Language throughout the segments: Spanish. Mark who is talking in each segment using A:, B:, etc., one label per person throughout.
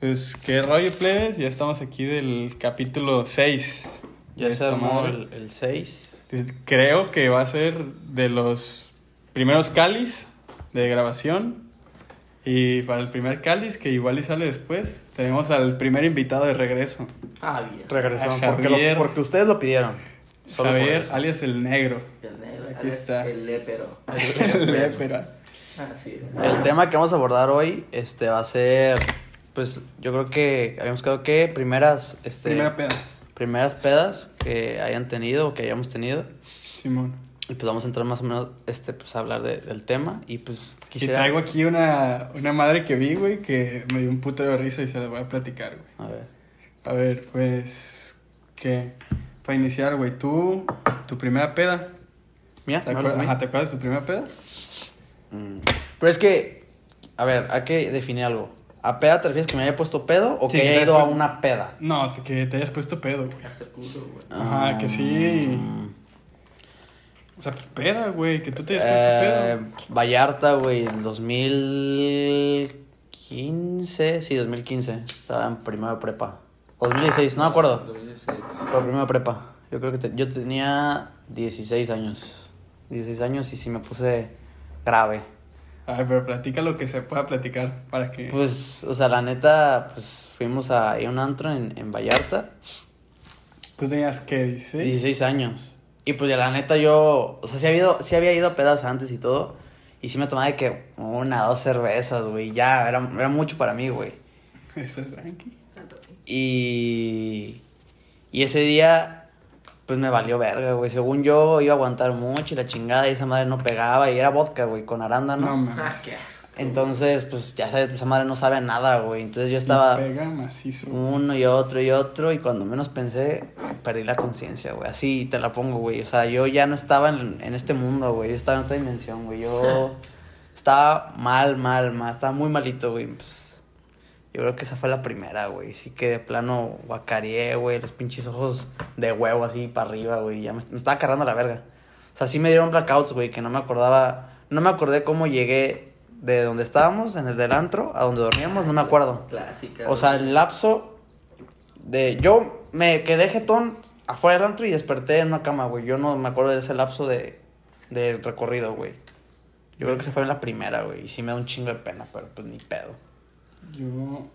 A: Pues qué rollo, plebes. Ya estamos aquí del capítulo 6.
B: Ya se armó el, el 6.
A: Creo que va a ser de los primeros cáliz de grabación. Y para el primer cáliz, que igual y sale después, tenemos al primer invitado de regreso.
B: Ah, bien.
A: A
C: Regresó, porque,
A: Javier.
C: lo- porque ustedes lo pidieron. Solo por
A: Javier,
C: eso.
A: alias el negro.
D: El negro,
A: Aquí
D: alias
A: está.
D: El E, Ah, lépero.
A: El lépero.
D: Así es.
B: El tema que vamos a abordar hoy este, va a ser, pues yo creo que habíamos quedado que primeras, este,
A: Primera peda.
B: primeras pedas que hayan tenido o que hayamos tenido.
A: Simón.
B: Y pues vamos a entrar más o menos este, pues, a hablar de- del tema. Y pues
A: Y
B: quisiera...
A: traigo aquí una, una madre que vi, güey, que me dio un puto de risa y se la voy a platicar, güey.
B: A ver.
A: A ver, pues. ¿Qué? Para iniciar, güey, tú, tu primera peda.
B: Mía,
A: ¿Te,
B: ¿no
A: acuer-
B: los mía?
A: Ajá, ¿te acuerdas de tu primera peda?
B: Mm. Pero es que, a ver, hay que definir algo. ¿A peda te refieres que me haya puesto pedo o
A: Sí,
B: que
A: que
B: haya
A: te
B: ido
A: hayas
B: a
A: pu-
B: una peda?
A: No, te- que te hayas puesto pedo, güey.
D: E. Hasta el culo, güey.
A: Ajá, que sí.
B: Mm.
A: O sea, peda, güey, que tú te hayas
B: Eh,
A: puesto pedo.
B: Vallarta, güey, en 2015, sí, 2015, estaba en primero de prepa. 2016, no me acuerdo,
D: 2016.
B: pero primero de prepa. Yo creo que te- yo tenía 16 años, 16 años y sí me puse grave.
A: A ver, pero platica lo que se pueda platicar para que.
B: Pues, o sea, la neta, pues fuimos a, ir a un antro en, en Vallarta,
A: tú tenías que, dice.
B: 16 años. Y pues, de la neta, yo, o sea, sí había ido, sí había ido a pedas antes y todo. Y sí me tomaba de que una, dos cervezas, güey. Ya, era, era mucho para mí, güey.
A: Estás tranqui.
B: Y, y ese día, pues me valió verga, güey. Según yo, iba a aguantar mucho y la chingada y esa madre no pegaba. Y era vodka, güey, con arándano.
A: No,
D: Ah,
A: mames.
D: qué asco.
B: Entonces, pues ya sabes, esa madre no sabe a nada, güey. Entonces yo
A: Estaba.
B: estaba
A: Pega macizo.
B: uno y otro y otro. Y cuando menos pensé, perdí la conciencia, güey. Así te la pongo, güey. O sea, yo ya no estaba en, en este mundo, güey. Yo estaba en otra dimensión, güey. Yo estaba mal, mal, mal. Estaba muy malito, güey. Pues, yo creo que esa fue la primera, güey. Sí que de plano guacareé, güey. Los pinches ojos de huevo así para arriba, güey. Ya me, me estaba cargando la verga. O sea, sí me dieron blackouts, güey, que no me acordaba. No me acordé cómo llegué de donde estábamos, en el del antro, a donde dormíamos, no me acuerdo.
D: Clásica.
B: O sea,
D: güey.
B: el lapso de. Yo me quedé jetón afuera del antro y desperté en una cama, güey. Yo no me acuerdo de ese lapso de, del recorrido, güey. Yo creo que se fue en la primera, güey. Y sí me da un chingo de pena, pero pues ni pedo.
A: Yo.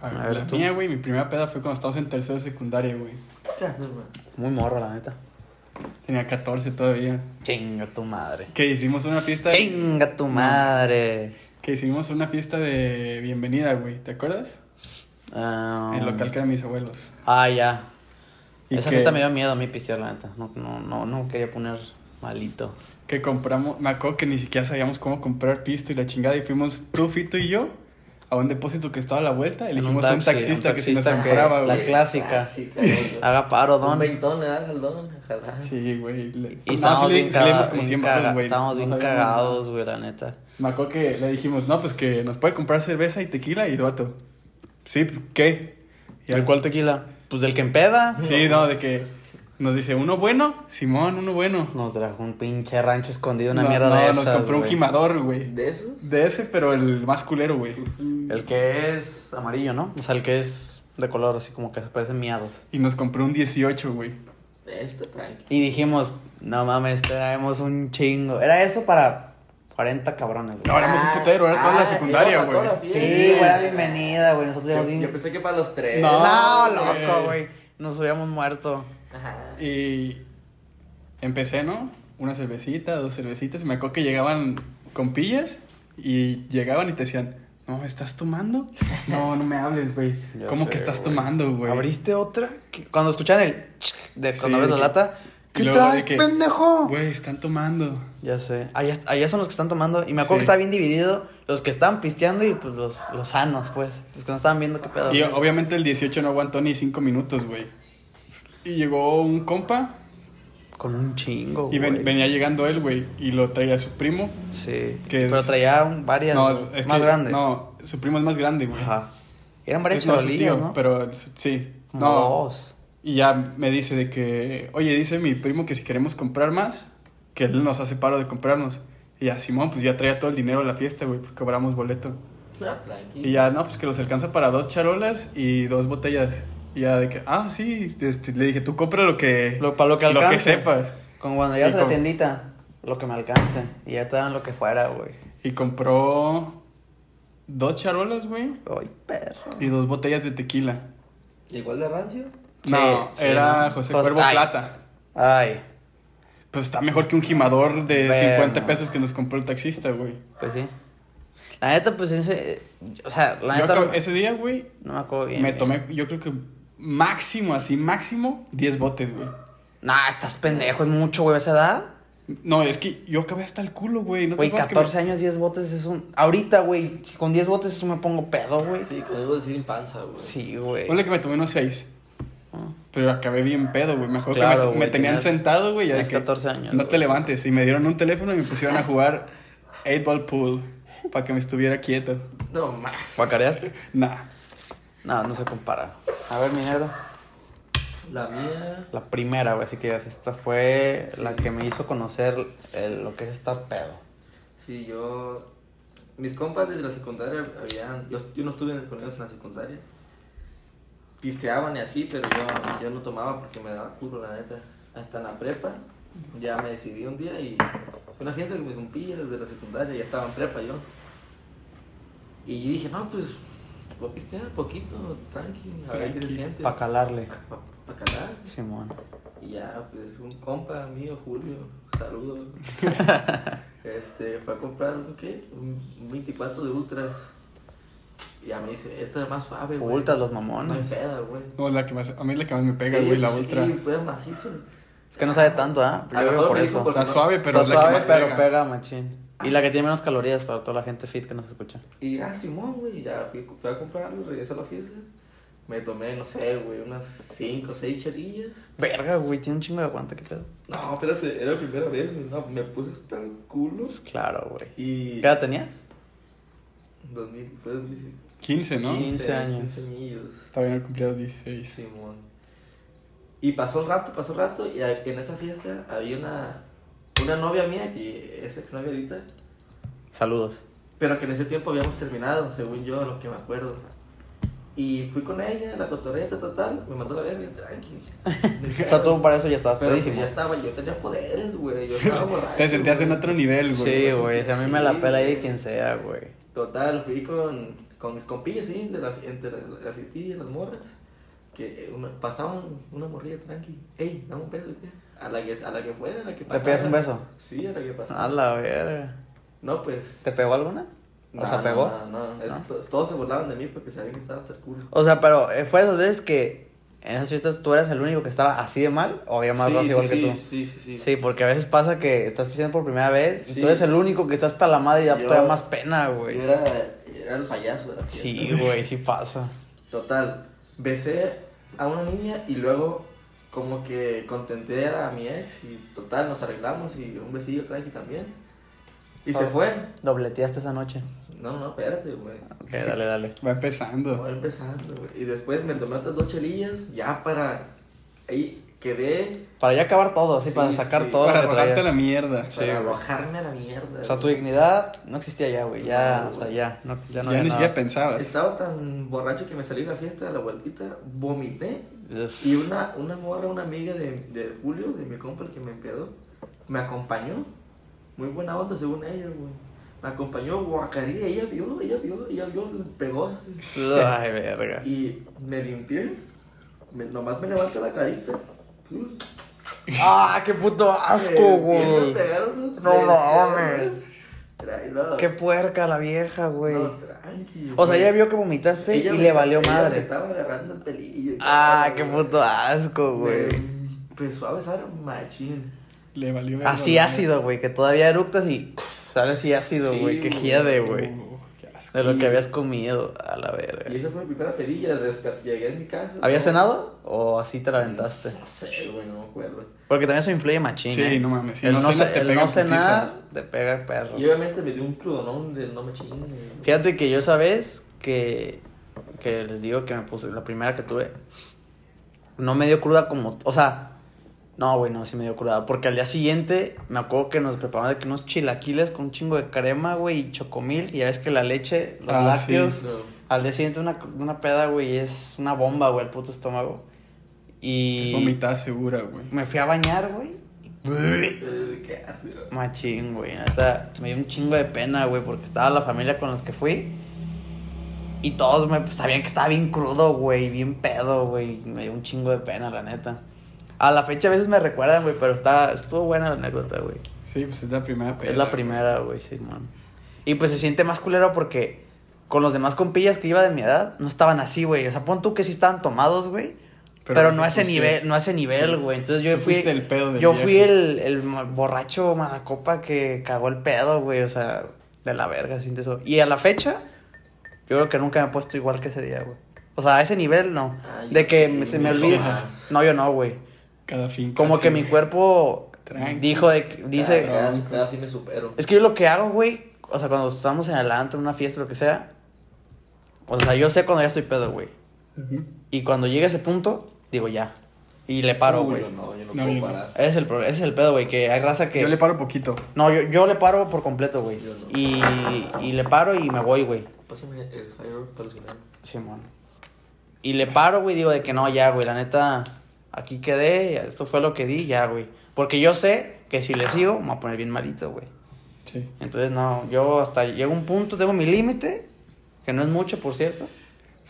A: A ver,
B: A ver,
A: la
B: tú.
A: mía, güey, mi primera peda fue cuando estábamos en tercero de secundaria, güey.
B: Muy morro, la neta.
A: Tenía 14 todavía.
B: Chinga tu madre.
A: Que hicimos una fiesta.
B: Chinga tu madre.
A: Que hicimos una fiesta de bienvenida, güey. ¿Te acuerdas?
B: Ah,
A: El local que eran mis abuelos.
B: Ah, ya.
A: Y
B: Esa
A: que,
B: fiesta me dio miedo a mí pistear, la neta. No, no, no, no quería poner malito.
A: que compramos. Me acuerdo que ni siquiera sabíamos cómo comprar pisto y la chingada. Y fuimos tú, Fito y yo a un depósito que estaba a la vuelta.
B: En
A: Elegimos a un
B: taxi,
A: taxista,
B: un
A: que se nos
B: taxista que
A: compraba,
B: la
A: güey.
B: clásica.
D: güey.
B: Haga paro,
D: Un
B: don.
D: veintón le das al don. ojalá.
A: Sí, güey. le-
B: Y
A: no,
B: estábamos
A: sí le-
B: bien,
A: sí le dimos
B: caga-
A: como
B: bien
A: 100
B: caga-
A: baros, güey.
B: estábamos
A: No
B: bien
A: sabíamos nada.
B: cagados, güey, la neta.
A: Me acuerdo que le dijimos, no, pues que nos puede comprar cerveza y tequila. Y el vato, sí, ¿qué? Y al
B: cuál tequila? Pues del que empeda.
A: Sí, no, de que nos dice, uno bueno, Simón, uno bueno.
B: Nos trajo un pinche rancho escondido, una
A: No,
B: mierda de
A: no,
B: esas,
A: nos compró un
B: güey.
A: gimador, güey.
D: ¿De esos?
A: De ese, pero el más culero, güey.
B: El que es amarillo, ¿no? O sea, el que es de color, así como que se parecen miados.
A: Y nos compró un 18, güey.
D: De este, tranqui.
B: Y dijimos, no mames, traemos un chingo. Era eso para 40 cabrones, güey.
A: No, éramos un putero, era toda la
D: Ah,
A: secundaria,
D: era para
A: güey.
D: toda la fiesta.
B: sí, güey, era bienvenida, güey. Nosotros íbamos
D: Yo, yo
B: bien...
D: pensé que para los tres.
A: No.
B: No,
A: güey.
B: loco, güey. Nos habíamos muerto.
D: Ajá.
A: Y empecé, ¿no? Una cervecita, dos cervecitas. y Me acuerdo que llegaban compillas y llegaban y te decían, no, ¿estás tomando? No, no me hables, güey.
B: Ya
A: ¿Cómo
B: sé,
A: que estás
B: güey.
A: tomando, güey?
B: ¿Abriste otra? ¿Qué? Cuando escuchan el... ch- De
A: Sí,
B: cuando abres
A: de
B: la
A: que-
B: lata.
A: y
B: ¿Qué
A: luego de
B: traes,
A: que-
B: pendejo?
A: Güey, están tomando.
B: Ya sé. Allá, allá son los que están tomando. Y me
A: Sí.
B: acuerdo que estaba bien dividido. Los que estaban pisteando y pues los, los sanos, pues. Los que no estaban viendo qué pedo.
A: Y obviamente el 18 no aguantó ni 5 minutos, güey. Y llegó un compa
B: Con un chingo.
A: y ven-
B: güey.
A: venía llegando él, güey, y lo traía su primo.
B: Sí.
A: que
B: Pero
A: es-
B: traía un- varias
A: No, es
B: más
A: que-
B: grandes.
A: No, su primo es más grande, güey.
B: Ajá. Eran varias
A: Es- no, es su
B: charolillas,
A: tío,
B: ¿no?
A: Pero su- sí.
B: Como
A: No.
B: dos.
A: Y ya me dice de que, oye, dice mi primo que si queremos comprar más, que él nos hace paro de comprarnos. Y ya, Simón, pues ya traía todo el dinero a la fiesta, güey, pues cobramos boleto.
D: Ah, tranqui.
A: Y ya, no, pues que los alcanza para dos charolas y dos botellas. Y ya de que, ah, sí, este, le dije, tú compra lo que,
B: Lo- para lo que
A: lo que
B: alcance.
A: sepas.
B: Como cuando
A: Y
B: llegas a la
A: como-
B: tiendita, lo que me alcance. Y ya te dan lo que fuera, güey.
A: Y compró dos charolas, güey,
B: Ay, perro.
A: y dos botellas de tequila.
D: Igual de rancio.
B: Sí,
A: no,
B: sí,
A: era
B: no.
A: José
B: Jos-
A: Cuervo
B: ay.
A: Plata.
B: Ay,
A: Pues está mejor que un gimador de
B: Pero-
A: 50 pesos que nos compró el taxista, güey.
B: pues sí. La neta, pues ese. O sea, la
A: Yo
B: neta.
A: acabo-
B: no-
A: ese día, güey,
B: No me acuerdo bien.
A: me
B: güey.
A: tomé, yo creo que máximo, así, máximo, 10 botes, güey.
B: Nah, estás pendejo, es mucho, güey, a esa edad.
A: No, es que yo acabé hasta el culo, güey. ¿No te
B: Güey,
A: acuerdas que
B: 14 años, 10 botes es un. Ahorita, güey, si con 10 botes eso me pongo pedo, güey.
D: Sí, conmigo es sin panza, güey.
B: Sí, güey.
A: me... Ponle que me tomé unos 6. Pero acabé bien pedo, güey. Me acuerdo
B: Ah. Claro,
A: que me,
B: güey,
A: me tenían
B: tenías-
A: sentado, güey. ya de
B: tenías
A: que,
B: 14 años,
A: No te
B: güey.
A: levantes. Y me dieron un teléfono y me pusieron a jugar 8 Ball Pool. Para que me estuviera quieto.
D: No, ma.
B: ¿Guacareaste?
A: Nah.
B: No, no se compara. A ver, mi negro.
D: La mía.
B: La primera, güey, así que ya sé, esta fue la que me hizo conocer el- lo que es estar pedo.
D: Sí, yo. Mis compas desde la secundaria habían. Yo, yo no estuve con ellos en la secundaria. Pisteaban y así, pero yo, yo no tomaba porque me daba culo, la neta. Hasta en la prepa, ya me decidí un día y. Fue una fiesta que me compillas desde la secundaria, ya estaba en prepa yo. Y dije, no, pues. Voy a pistear poquito, tranqui, a ver qué se
A: Tranqui,
D: siente.
B: Pa' calarle.
D: Pa- pa' calar.
B: Simón.
D: Y ya, pues un compa mío, Julio, saludos. este, fue a comprar un qué? Un un 24 de ultras. Y ya me dice, esta es más suave, güey.
B: Ultra los
D: No hay
B: mamones.
D: peda, güey.
A: No, la que más, a mí es la que más me pega,
D: Sí,
A: güey, la
D: sí,
A: ultra.
D: fue macizo.
B: Es que no sabe tanto, ¿ah? Yo
D: A lo
B: creo
D: mejor
B: por
D: me dijo
B: eso.
D: por-
A: Está suave, pero
B: Está
A: es la que
B: suave,
A: más
B: pero
A: pega.
B: pega. machín. Y la que tiene menos calorías para toda la gente fit que nos escucha.
D: Y ya, Simón, güey, ya fui, fui a comprarlo, regresé a la fiesta. Me tomé, no sé, güey, unas 5 o 6 charillas.
B: Verga, güey, tiene un chingo de aguante, qué pedo.
D: No, espérate, era la primera vez, güey. No, me puse hasta el culo.
B: Pues claro, güey.
D: Y.
B: ¿Qué edad tenías?
D: 2000, fue 2015.
A: 15, ¿no?
B: 15 años.
D: 15 años.
A: Todavía no cumplía los 16.
D: Simón. Y pasó rato, pasó rato, y a- en esa fiesta había una, una novia mía, que es exnovia ahorita,
B: Saludos.
D: pero que en ese tiempo habíamos terminado, según yo, lo que me acuerdo. Y fui con ella, la cotorreta, total, me mandó la verga, tranqui.
B: O sea, tú para eso ya estabas
D: Pero
B: pedísimo.
D: ya estaba, yo tenía poderes, güey, yo estaba borracho.
A: Te sentías en
D: güey.
A: otro nivel, güey.
B: Sí, güey, si a mí me
D: Sí,
B: la pela ahí
D: güey.
B: de quien sea, güey.
D: Total, fui con, con mis compillas, sí, de la, entre la, la fiestilla y las morras. Que eh, una, pasaban una morrilla tranqui. Ey, dame un beso, ¿qué? A la que, a la que fuera, a la que pasara.
B: pedías un beso?
D: Sí, a la que pasara.
B: A la verga.
D: No, pues.
B: ¿Te pegó alguna? O
D: no,
B: sea,
D: no,
B: pegó.
D: No, no, es- to- Todos se burlaban de mí porque sabían que estaba hasta el culo.
B: O sea, pero eh, fue esas veces que en esas fiestas tú eras el único que estaba así de mal o había más
D: sí,
B: raza
D: sí,
B: igual
D: sí,
B: que tú.
D: Sí, sí, sí.
B: Sí, porque a veces pasa que estás pisando por primera vez y
D: Sí.
B: tú eres el único que está hasta la madre y da
D: Yo-
B: todavía más pena,
D: Yo
B: güey.
D: era, era el payaso de la fiesta.
B: Sí, güey, sí pasa.
D: Total, besé a una niña y luego como que contenté a mi ex y total, nos arreglamos y un besillo tranqui también. Y se
B: Ah.
D: fue.
B: Dobleteaste esa noche.
D: No, no, espérate, güey.
B: Ok, dale, dale.
A: Va empezando.
D: Voy empezando, güey. Y después me tomé otras dos chelillas ya para... Ahí quedé
B: Para ya acabar todo, así
D: Sí,
B: para sacar
D: sí.
B: todo
A: Para
B: lo que
A: rogarte
B: traía.
A: la mierda.
D: para
B: güey.
D: bajarme a la mierda.
B: O sea, tu
D: güey.
B: dignidad no existía ya, güey. Ya,
D: No,
B: o sea,
D: Ah, güey.
B: ya. No, ya no
A: ya
B: había
A: ni siquiera
B: nada.
A: pensabas.
D: Estaba tan borracho que me salí de la fiesta de la vueltita, vomité
B: Uf.
D: Y una, una morra, una amiga de, de Julio, de mi compa, el que me empedó, me acompañó. Muy buena onda, según ella, güey. Me acompañó, guacaría, ella vio, ella vio, ella vio, le pegó así.
B: Ay, verga.
D: Y me limpié, me- nomás me levanta la carita.
B: Ah, qué puto
D: Eh,
B: asco, güey. No mames. Qué
D: Qué
B: puerca la vieja, güey.
D: No, tranqui,
B: O sea,
D: güey.
B: ella vio que vomitaste
D: Ella
B: y
D: me-
B: le valió
D: ella me
B: madre.
D: estaba agarrando el pelillo. y
B: Ah,
D: todo,
B: qué
D: güey.
B: puto asco,
D: Me
B: güey.
D: Empezó a besar pues, machín.
A: Le valió verga
B: Así
A: la
B: ácido, güey, que todavía eructas y sale así ácido,
D: Sí,
B: güey, que
D: güey.
B: giede,
A: mierda.
B: güey.
A: Uh, qué asco.
B: De lo
D: sí.
B: que habías comido, a la verga.
D: Y esa fue mi primera pedilla, resca- llegué en mi casa.
B: ¿Habías
D: ¿no?
B: cenado o así te la aventaste?
D: No sé, güey, no me acuerdo.
B: Porque también eso influye machín,
A: Sí,
B: ¿eh?
A: no mames, si
B: el
A: no
B: no,
A: cenas,
B: ce-
A: te
B: el
A: pega
B: no
A: en putiza.
B: cenar te pega el perro.
D: Y obviamente me dio un crudonón de no me chingue.
B: Fíjate que yo esa vez que, que les digo que me puse, la primera que tuve, no me dio cruda como, o sea, No, güey, no, sí me dio curada. Porque al día siguiente me acuerdo que nos prepararon de que unos chilaquiles con un chingo de crema, güey, y chocomil. Y ya ves que la leche, los
A: Ah, sí,
B: lácteos.
D: No.
B: Al día siguiente una, una peda, güey, es una bomba, güey, el puto estómago. Y
A: Vomitada segura, güey.
B: me fui a bañar, güey. y-
D: Eh, ¿Qué hace?
B: Machín, güey. Neta, me dio un chingo de pena, güey, porque estaba la familia con los que fui. Y todos me pues, sabían que estaba bien crudo, güey, bien pedo, güey. Me dio un chingo de pena, la neta. A la fecha a veces me recuerdan, güey, pero está, estuvo buena la anécdota, güey.
A: Sí, pues es la primera peda.
B: Es la primera, güey, sí, man. Y pues se siente más culero porque con los demás compillas que iba de mi edad, no estaban así, güey. O sea, pon tú que sí estaban tomados, güey. Pero, no a ese
A: tú sí.
B: nivel, no a ese nivel, güey. Entonces yo
A: Tú
B: fui.
A: fuiste el pedo del
B: yo fui
A: viaje.
B: el, el ma- borracho manacopa que cagó el pedo, güey. O sea, de la verga, siente eso. Y a la fecha, yo creo que nunca me he puesto igual que ese día, güey. O sea, a ese nivel no.
D: Ay,
B: de
D: Ah, yo
B: que
D: sí,
B: me- se
D: yo
B: me
D: sí.
B: olvida. No, yo no, güey.
A: Cada fin.
B: Como
A: casi,
B: que mi
A: güey.
B: cuerpo
A: Ah, Tranqui.
B: dijo de que- dice.
D: Ah, ya, ya, sí me supero.
B: Es que yo lo que hago, güey, o sea, cuando estamos en el antro, en una fiesta, lo que sea, o sea, yo sé cuando ya estoy pedo, güey.
A: Ujú.
B: Y cuando llega ese punto, digo ya. Y le paro,
D: Uy,
B: güey.
D: yo No, yo no,
A: No,
D: puedo
A: yo no.
D: parar.
B: Ese es el, pro- ese es el pedo, güey, que hay raza que...
A: Yo le paro poquito.
B: No, yo, yo le paro por completo, güey.
D: Yo no.
B: Y, y le paro y me voy, güey.
D: Pásame el firework para el final.
B: Simón. Y le paro, güey, digo de que no, ya, güey, la neta, aquí quedé, esto fue lo que di, ya, güey. Porque yo sé que si le sigo, me voy a poner bien malito, güey.
A: Sí.
B: Entonces, no, yo hasta llego a un punto, tengo mi límite, que no es mucho, por cierto.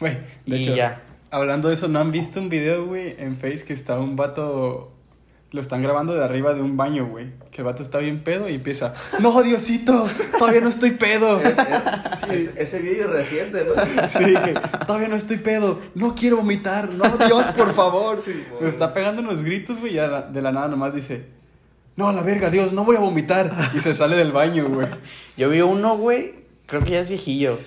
A: Güey, de
B: Y
A: hecho,
B: ya.
A: hablando de eso, ¿no han visto un video, güey, en Face que está un vato... Lo están grabando de arriba de un baño, güey. Que el vato está bien pedo y empieza... ¡No, Diosito! Todavía no estoy pedo.
D: Eh, eh, es- ese video es reciente, ¿no?
A: Sí, que todavía no estoy pedo. No quiero vomitar. No, Dios, por favor.
D: Sí, güey.
A: Me está pegando unos gritos, güey. Y a la- de la nada nomás dice... No, a la verga, Dios, no voy a vomitar. Y se sale del baño, güey.
B: Yo vi uno, güey, creo que ya es viejillo,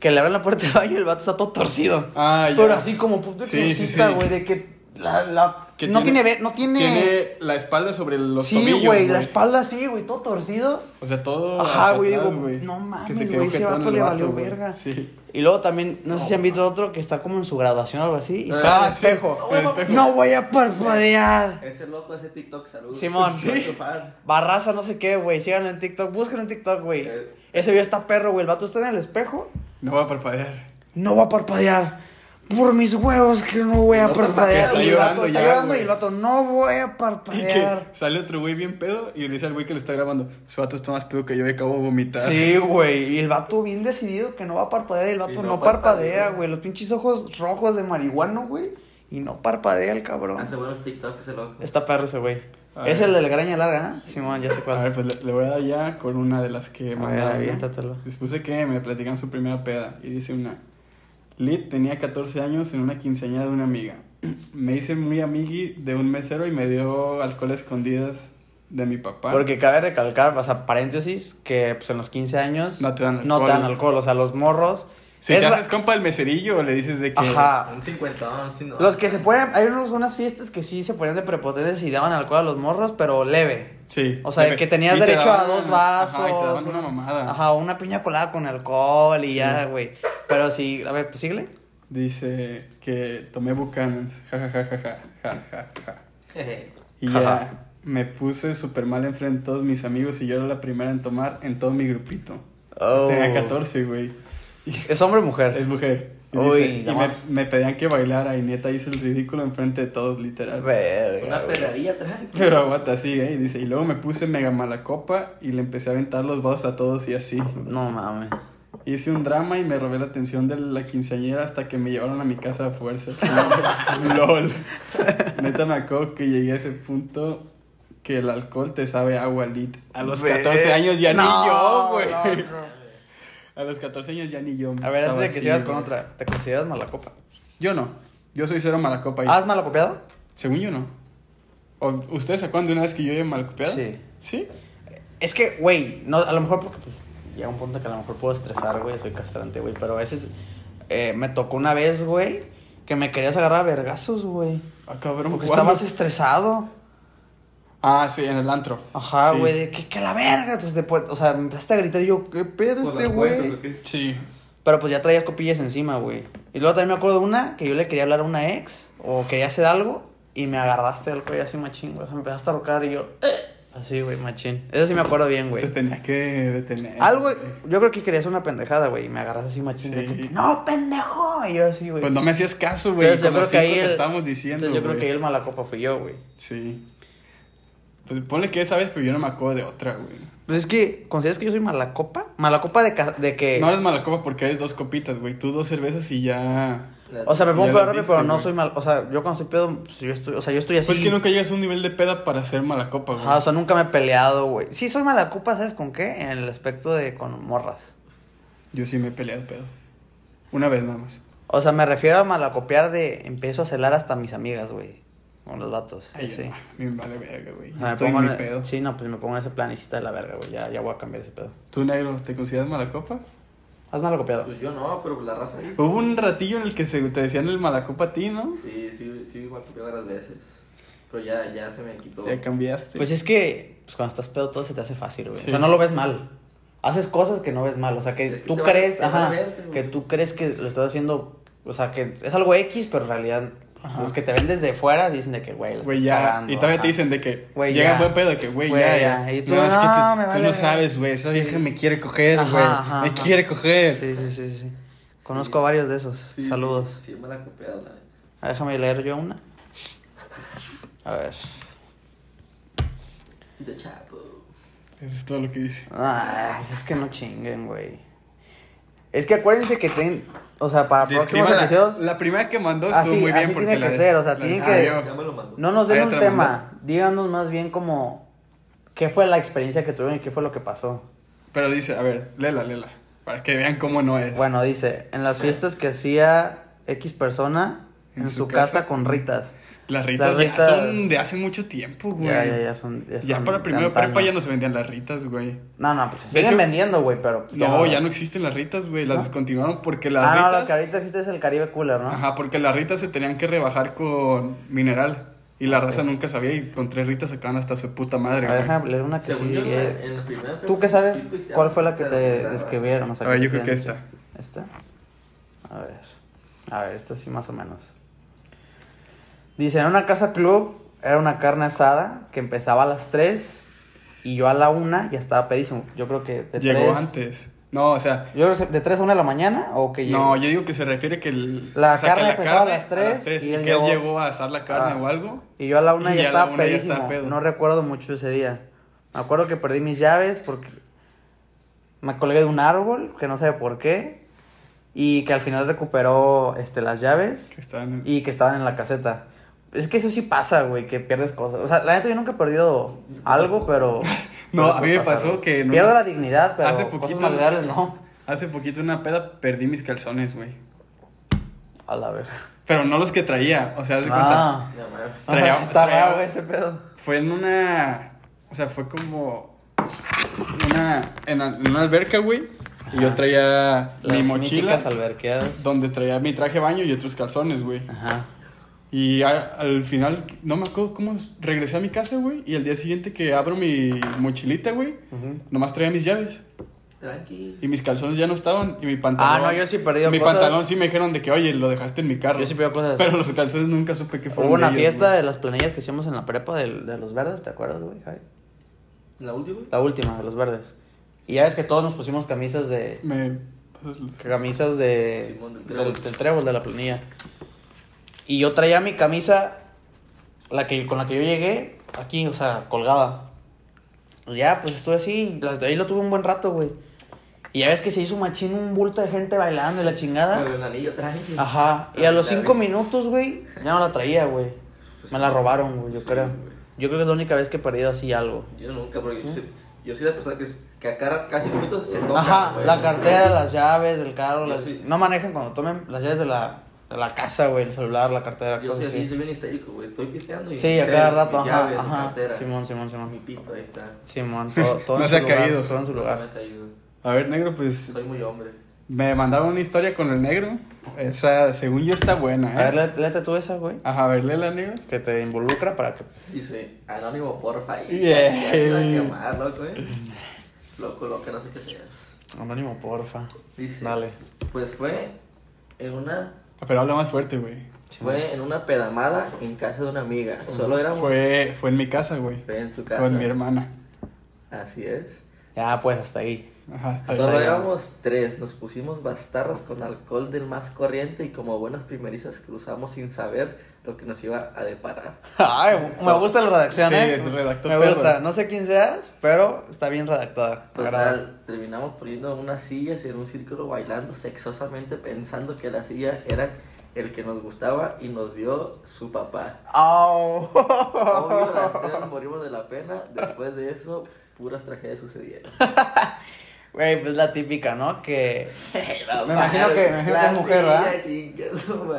B: que le abren la puerta del baño y el vato está todo torcido.
A: Ah, ya.
B: Pero así como pues, puto
A: Sí, sí,
B: exorcista,
A: sí.
B: güey, de que la, la...
A: Que
B: no tiene, ve- no tiene...
A: Tiene la espalda sobre los
B: sí,
A: tobillos,
B: güey, la espalda así, güey, todo torcido.
A: O sea, todo.
B: Ajá,
A: hacia
B: güey,
A: atrás,
B: digo,
A: güey.
B: no
A: Que
B: mames,
A: se quedó
B: güey, ese
A: jetón
B: vato
A: el
B: le valió
A: güey.
B: verga.
A: Sí.
B: Y luego también, no sé si han visto otro que está como en su graduación o algo así, y está en
A: Ah,
B: el
A: sí,
B: espejo.
A: en el espejo.
B: No voy a parpadear.
D: Ese loco hace TikTok salud.
B: Simón.
D: Sí.
B: Sí. Barraza, no sé qué, güey. Síganlo en TikTok. Búsquenlo en TikTok, güey.
D: Eh.
B: Ese video está perro, güey. El vato está en el espejo.
A: No va a parpadear.
B: No va a parpadear. Por mis huevos que no voy a
D: No
B: parpadear.
A: parpadea, está
B: y el vato
A: llorando
B: está
A: ya,
B: llorando
A: güey.
B: y el vato no voy a
A: Y que
B: parpadear.
A: sale otro güey bien pedo y le dice al güey que lo está grabando: Su vato está más pedo que yo y acabo de vomitar.
B: Sí, güey. Y el vato bien decidido que no va a parpadear. y El vato
D: Y
B: no,
D: no
B: parpadea,
D: parpadea.
B: güey. Los pinches ojos rojos de marihuano, güey. Y no parpadea el cabrón.
D: Hace buenos TikToks ese loco.
B: Está perro ese, güey.
A: A
B: Es
A: ver.
B: el de la graña larga, ¿eh? Simón, ya sé
A: A
B: cuál.
A: ver, pues le, le voy a dar ya con una de las que
B: A
A: mandaron,
B: ver,
A: ¿no?
B: aviéntatelo.
A: Les puse que me platican su primera peda y dice una. Lit tenía 14 años en una quinceañera de una amiga. Me hice muy amigui de un mesero y me dio alcohol a escondidas de mi papá.
B: Porque cabe recalcar, o sea, paréntesis, que pues en los 15 años
A: No te dan
B: no te
A: alcohol.
B: dan alcohol, o sea, los morros.
A: Si
B: es
A: te
B: la-
A: haces compa del meserillo, le dices de que.
B: Ajá.
D: Un cincuentón, si no.
B: Los que se ponen, hay unos, unas fiestas que sí se ponían de prepotentes y daban alcohol a los morros, pero leve.
A: Sí.
B: O sea, de
A: Dime,
B: que tenías
A: y te
B: derecho a
A: daban
B: dos
A: una-
B: vasos.
A: Ajá, y te daban una mamada.
B: Ajá, una piña colada con alcohol y ya, güey. Pero sí, a ver, pues síguele.
A: Dice que tomé Buchanan's. Ja, ja, ja, ja, ja, ja, ja, ja.
D: Jeje.
A: Y
B: Ja,
A: ya
B: ja.
A: me puse súper mal enfrente de todos mis amigos y yo era la primera en tomar en todo mi grupito. Pues
B: Oh.
A: Tenía 14, güey.
B: ¿Es hombre o mujer?
A: Es mujer. Y,
B: Uy,
A: dice- y
B: la
A: me,
B: ma-
A: me pedían que bailara y neta hice el ridículo enfrente de todos, literal.
B: Verga,
D: Una
B: güey. Este
D: peladilla tranqui.
A: Pero aguanta, sigue. Y dice, y luego me puse mega mala copa y le empecé a aventar los vasos a todos y así.
B: No mames.
A: Hice un drama y me robé la atención de la quinceañera hasta que me llevaron a mi casa a fuerzas. LOL. Neta me acuerdo que llegué a ese punto que el alcohol te sabe agua lit. A los
B: Ve-
A: 14 años ya
B: No,
A: ni yo, güey.
B: no,
A: A los 14 años ya ni yo.
B: A ver, antes
A: estaba
B: de que
A: así,
B: sigas con
A: güey.
B: otra, ¿te consideras mala copa?
A: Yo no. Yo soy cero mala copa. y-
B: ¿Has malacopiado?
A: Según yo no. ¿O ¿Ustedes se acuerdan de una vez que yo llegué mal copiado?
B: Sí.
A: ¿Sí?
B: Es que, güey, no, a lo mejor porque pues, llega un punto que a lo mejor puedo estresar, güey, soy castrante, güey, pero a veces eh, me tocó una vez, güey, que me querías agarrar a vergazos, güey.
A: Ah, cabrón.
B: Porque
A: ¿cuándo?
B: estabas estresado.
A: Ah, sí, en el antro.
B: Ajá,
A: Sí.
B: güey, de que, que la verga. Entonces, después, o sea, me empezaste a gritar y yo, ¿qué pedo
D: Con
B: este
D: las cuentas, ¿o
B: güey?
D: qué?
A: Sí.
B: Pero pues ya traías copillas encima, güey. Y luego también me acuerdo de una que yo le quería hablar a una ex o quería hacer algo Y me agarraste el cuello así machín, güey. O sea, me empezaste a rocar y yo... "Eh", Así, güey, machín. Eso sí me acuerdo bien,
A: Se
B: güey.
A: tenía que detener.
B: Algo, yo creo que querías una pendejada, güey. Y me agarraste así machín. de
A: eh. Sí.
B: que, no, pendejo. Y yo así, güey.
A: Pues no me hacías caso, güey.
B: Entonces, yo
A: como
B: creo que ahí
A: cinco te
B: el-
A: estábamos diciendo,
B: Entonces yo creo
A: güey.
B: que ahí el malacopa fui yo, güey.
A: Sí. Pues ponle que esa vez, pero yo no me acuerdo de otra, güey.
B: Pues es que, ¿consideras que yo soy malacopa? Malacopa de, ca- de que...
A: No eres malacopa porque eres dos copitas, güey. Tú dos cervezas y ya.
B: o sea, me
A: Ya
B: pongo
A: las
B: peor,
A: diste,
B: pero no
A: güey.
B: soy mal... O sea, yo cuando estoy pedo, pues, yo estoy... O sea, yo estoy así...
A: Pues que nunca llegas a un nivel de peda para ser malacopa, güey.
B: Ajá, o sea, nunca me he peleado, güey. Sí, soy mala copa, ¿sabes con qué? En el aspecto de con morras.
A: Yo sí me he peleado pedo. Una vez nada más.
B: O sea, me refiero a malacopiar de empiezo a celar hasta a mis amigas, güey. Con los vatos.
A: Ay,
B: sí.
A: sí. Me vale verga, güey.
B: Ah, me
A: Estoy
B: pongo
A: en
B: en-
A: mi pedo.
B: Sí, no, pues me pongo en ese plan y sí está de la verga, güey. Ya, ya voy a cambiar ese pedo.
A: ¿Tú, negro, te consideras malacopa?
B: ¿Has malacopiado?
D: Pues yo no, pero la raza ahí. sí.
A: Hubo un ratillo en el que se, te decían el malacopa a ti, ¿no?
D: Sí, sí, sí, igual que varias veces. Pero ya, ya se me quitó.
A: Ya cambiaste.
B: Pues es que pues, cuando estás pedo todo se te hace fácil, güey.
A: Sí.
B: O sea, no lo ves mal. Haces cosas que no ves mal. O sea, que
D: Es que
B: tú
D: te va-
B: crees,
D: te va a
B: ajá,
D: ver, pero-
B: que tú crees que lo estás haciendo, o sea, que es algo X, pero en realidad
A: Ajá.
B: los que te ven desde fuera dicen de que, güey, lo
A: Güey,
B: estás
A: ya.
B: cagando,
A: y todavía
B: ajá.
A: te dicen de que.
B: Güey,
A: llega
B: ya.
A: buen pedo de que, güey,
B: Güey,
A: ya,
B: ya.
A: ya.
B: Y tú,
A: no, es que
B: no,
A: tú,
B: me
A: tú
B: vale
A: no
B: verga.
A: sabes, güey. Esa vieja me quiere coger,
B: Ajá,
A: güey.
B: ajá,
A: Me
B: ajá.
A: quiere coger.
B: Sí, sí, sí, sí. Conozco a varios de esos.
D: Sí,
B: Saludos.
D: Sí, sí, mala copiada, la neta.
B: Ah, Déjame leer yo una. A ver.
D: De chapo.
A: Eso es todo lo que dice.
B: Ay, es que no chinguen, güey. Es que acuérdense que ten, o sea, para próximos
A: Describa la-
B: episodios
A: La primera que mandó estuvo
B: Así-
A: muy bien
B: así
A: porque
B: tiene
A: la
B: que
A: des-
B: ser, o sea,
A: la
B: tiene que-
A: describió.
D: Ya me lo mandó.
B: no nos
A: Ahí
B: den un
A: te la mandé.
B: tema, díganos más bien como qué fue la experiencia que tuvieron y qué fue lo que pasó.
A: Pero dice, a ver, lela, lela. Para que vean cómo no es.
B: Bueno, dice, en las fiestas que hacía X persona en, su, casa, con ritas.
A: las ritas
B: las
A: ya
B: ritas-
A: son de hace mucho tiempo, güey.
B: Ya, ya, ya son ya,
A: Ya
B: son
A: para
B: de
A: primero
B: antaño.
A: prepa ya no se vendían las ritas, güey.
B: No, no, pues se
A: De
B: siguen
A: hecho-
B: vendiendo, güey, pero
A: No, ya no existen las ritas, güey. Las
B: ¿No?
A: descontinuaron porque las
B: ah,
A: ritas.
B: no, lo que ahorita existe es el Caribe Cooler, ¿no?
A: Ajá, porque las ritas se tenían que rebajar con mineral. Y
B: Ah,
A: la raza nunca sabía. Y con tres ritas sacaban hasta su puta
B: A
A: madre,
B: ver,
A: güey.
B: déjame leer una que
D: Según
B: sí.
D: yo, en la-
B: eh,
D: en la primera
B: ¿Tú qué sabes
D: sí, pues, ya
B: cuál fue la que
D: me
B: te
D: la
B: describieron? O sea,
A: A ver,
B: que
A: yo
B: sí
A: creo
B: te
A: que
B: han dicho.
A: esta.
B: ¿Esta? A ver. A ver, esta sí más o menos. Dice, en una casa club era una carne asada que empezaba a las 3 y yo a la 1 ya estaba pedísimo. Yo creo que de
A: Llegó
B: 3...
A: antes. No, o sea.
B: Yo creo que de 3 a 1 de la mañana o que llegó.
A: No, yo digo que se refiere que el,
B: La
A: o sea, que
B: carne empezaba a las tres
A: y, que él llegó a asar la carne
B: Ah.
A: o algo.
B: Y yo a la una
A: Y
B: ya
A: a la
B: estaba
A: una ya
B: pedísimo.
A: estaba pedo.
B: No recuerdo mucho ese día. Me acuerdo que perdí mis llaves porque me colgué de un árbol, que no sabe por qué. Y que al final recuperó este, las
A: Que
B: llaves
A: estaban
B: y que estaban en la caseta. Es que eso sí pasa, güey, que pierdes cosas. O sea, la neta yo nunca he perdido algo, pero...
A: No,
B: pero
A: a mí me
B: puede pasar,
A: pasó
B: güey.
A: que en
B: Pierdo
A: una-
B: la dignidad, pero...
A: Hace
B: Hace
A: poquito-
B: poquito... Cosas materiales, no.
A: Hace poquito en una peda perdí mis calzones, güey.
B: A la verga.
A: Pero no los que traía, o sea, haz de cuenta.
B: Ah,
D: No, mames.
A: Traía-
B: está
A: traía-
B: raro güey, ese pedo.
A: Fue en una. O sea, fue como. Una. En, a- en una alberca, güey. Y yo
B: Ajá.
A: traía mi
B: Las
A: mochila.
B: míticas alberqueadas.
A: Donde traía mi traje de baño y otros calzones, güey.
B: Ajá.
A: Y a- al final, no me acuerdo cómo es- regresé a mi casa, güey. Y al día siguiente que abro mi mochilita, güey, nomás traía mis llaves.
D: Tranqui.
A: Y mis calzones ya no estaban. Y mi pantalón.
B: Ah, no, yo sí he perdido
A: Mi
B: cosas.
A: pantalón sí me dijeron de que, oye, lo dejaste en mi carro.
B: Yo sí he perdido cosas.
A: Pero los calzones nunca supe que fueron.
B: Hubo una
A: de ellos,
B: fiesta
A: güey.
B: de las planillas que hicimos en la prepa del- de, los verdes, ¿te acuerdas, güey? Javi?
D: ¿La última?
B: La última, de los verdes. Y ya ves que todos nos pusimos camisas de.
A: Me. pasas los-
B: Camisas de.
D: Simón, del
B: del,
D: trébol.
B: del trébol, de la planilla. Y yo traía mi camisa, la que, con la que yo llegué, aquí, o sea, colgada. Y Ya, pues estuve así, la- ahí lo tuve un buen rato, güey. Y ya ves que se hizo machín un bulto de gente bailando y la chingada.
D: Pero el anillo tranqui.
B: Ah. Ajá, y
D: Ah,
B: a los
D: la
B: cinco
D: vi.
B: minutos, güey, ya no la traía, güey. Me la robaron, güey, yo
D: Sí,
B: creo.
D: güey.
B: Yo creo que es la única vez que he perdido así algo.
D: Yo nunca, porque yo soy, yo soy la persona que, es- que a cada casi minutos se toca.
B: Ajá,
D: güey.
B: la cartera, las llaves, el carro,
D: Yo
B: las...
D: sí.
B: No manejan cuando tomen las llaves de la, de la casa, güey, el celular, la cartera,
D: Yo soy
B: cosas
D: así, soy
B: así.
D: bien histérico, güey. Estoy pisteando y.
B: Sí, a cada rato,
D: mi
B: ajá,
D: llave, mi
B: ajá.
D: cartera,
B: Simón, Simón,
D: Mi
B: Simón.
D: pito, ahí está.
B: Simón, todo, todo
A: No
B: en
A: se
B: su
A: ha
B: lugar,
A: caído.
B: Todo en su
D: No se me
B: lugar.
D: ha caído.
A: A ver, negro, pues.
D: Soy muy hombre.
A: Me mandaron una historia con el negro. Esa, según yo, está buena, ¿eh?
B: A ver, lé- léete tú esa, güey,
A: Ajá, a ver, léela, negro.
B: que te involucra para que... pues,
D: Dice, anónimo, porfa. Y
A: Yeah.
D: Ya te van a quemar, loco, eh. Loco, loco, no sé qué sea.
B: Anónimo, porfa.
D: Dice.
B: Dale.
D: Pues fue en una.
A: Pero habla más fuerte, güey.
D: Fue en una pedamada en casa de una amiga. Solo éramos.
A: Fue, fue en mi casa, güey.
D: Fue en tu casa.
A: Con mi hermana.
D: Así es.
B: Ya, pues hasta ahí.
A: Ajá, está
B: Hasta
A: bien.
D: Solo
B: ahí.
D: éramos tres, nos pusimos bastarras con alcohol del más corriente y como buenas primerizas cruzamos sin saber lo que nos iba a deparar.
B: Ay, me gusta la redacción,
A: Sí,
B: ¿eh?
A: redactó
B: me
A: perro.
B: gusta. No sé quién seas, pero está bien redactada. Agradable.
D: Total, terminamos poniendo unas sillas en un círculo bailando sexosamente pensando que las sillas eran el que nos gustaba y nos vio su papá.
B: Au.
D: Obvio, las tres morimos de la pena, después de eso puras tragedias sucedieron.
B: Güey, pues la típica, ¿no? Que.
D: me
B: imagino que- me imagino que es mujer, ¿verdad? Me